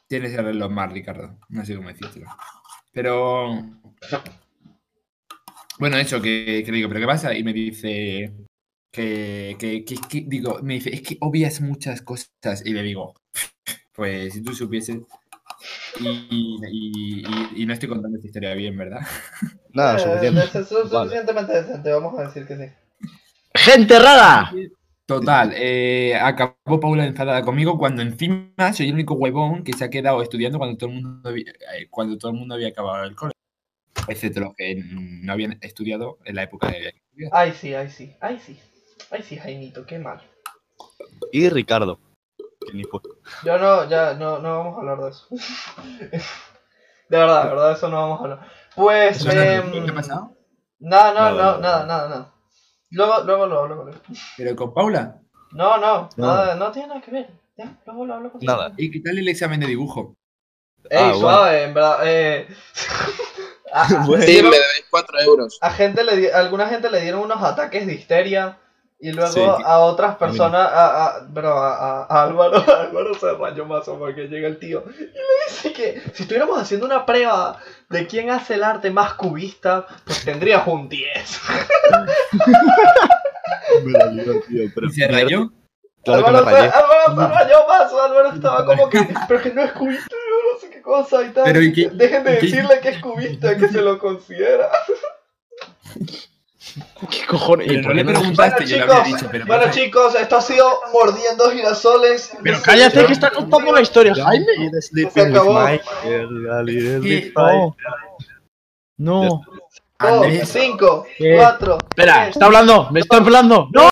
Speaker 5: Tienes el reloj más, Ricardo. No sé cómo decírtelo. Pero. Bueno, eso, que, que le digo, ¿pero qué pasa? Y me dice. Que, que, que, que- digo, me dice, es que obvias muchas cosas. Y le digo, pues si tú supieses. Y, y- y- y no estoy contando esta historia bien, ¿verdad?
Speaker 3: Nada,
Speaker 1: Eh,
Speaker 3: Ah, suficiente.
Speaker 1: es- es su-
Speaker 3: Vale.
Speaker 1: Suficientemente decente, vamos a decir que sí.
Speaker 2: ¡Gente rara!
Speaker 5: Total, eh, acabó Paula enfadada conmigo cuando encima soy el único huevón que se ha quedado estudiando cuando todo el mundo había, eh, cuando todo el mundo había acabado el cole, excepto los que mm, no habían estudiado en la época de
Speaker 1: Ay, sí, ay, sí, ay, sí. Ay, sí, Jaimito, qué mal.
Speaker 3: Y Ricardo. que ni fue.
Speaker 1: Yo no, ya, no, no vamos a hablar de eso. De verdad, de verdad, eso no vamos a hablar. Pues,
Speaker 5: Eso no,
Speaker 1: eh,
Speaker 5: ¿qué ha pasado?
Speaker 1: nada, no,
Speaker 3: Nada,
Speaker 1: no,
Speaker 3: nada,
Speaker 1: nada, nada, nada. Luego, luego lo hablo, luego.
Speaker 5: Pero con Paula,
Speaker 1: No, no,
Speaker 3: No.
Speaker 1: nada, no tiene nada que ver. Ya, luego lo hablo con
Speaker 3: Nada.
Speaker 5: ¿y qué tal el examen de dibujo?
Speaker 1: Ey,
Speaker 3: Ah, bueno.
Speaker 1: suave, en verdad, eh. Ah, ah,
Speaker 3: Bueno.
Speaker 4: Sí, me debéis 4 euros.
Speaker 1: a gente le di- a alguna gente le dieron unos ataques de histeria y luego
Speaker 3: Sí.
Speaker 1: a otras personas a, a- pero a, a- a Álvaro a Álvaro se rayó más porque llega el tío y le dice que si estuviéramos haciendo una prueba de quién hace el arte más cubista pues tendrías un 10
Speaker 3: Me la lió, tío, pero-
Speaker 5: ¿Y se rayó?
Speaker 3: Claro que me
Speaker 1: Álvaro, se,
Speaker 3: rayé. Mm.
Speaker 1: Álvaro se rayó más Álvaro estaba como que pero que no es cubista no sé qué cosa y tal
Speaker 5: Pero ¿y qué-
Speaker 1: dejen de
Speaker 5: y qué-
Speaker 1: decirle que es cubista que se lo considera
Speaker 2: ¿Qué cojones?
Speaker 5: Pero
Speaker 2: ¿Y
Speaker 5: no
Speaker 2: por
Speaker 5: le
Speaker 2: qué no-
Speaker 5: preguntaste,
Speaker 1: Bueno,
Speaker 5: yo le había
Speaker 1: chicos,
Speaker 5: dicho, pero
Speaker 1: Bueno
Speaker 5: pasa-
Speaker 1: chicos, esto ha sido Mordiendo Girasoles.
Speaker 2: Pero cállate que está contando la historia, Jaime.
Speaker 1: Se acabó.
Speaker 5: Sí,
Speaker 2: No.
Speaker 1: Oh,
Speaker 5: Andrés,
Speaker 1: cinco,
Speaker 2: Eh,
Speaker 1: cuatro,
Speaker 2: Espera,
Speaker 1: tres.
Speaker 2: está hablando, me está hablando. ¡No!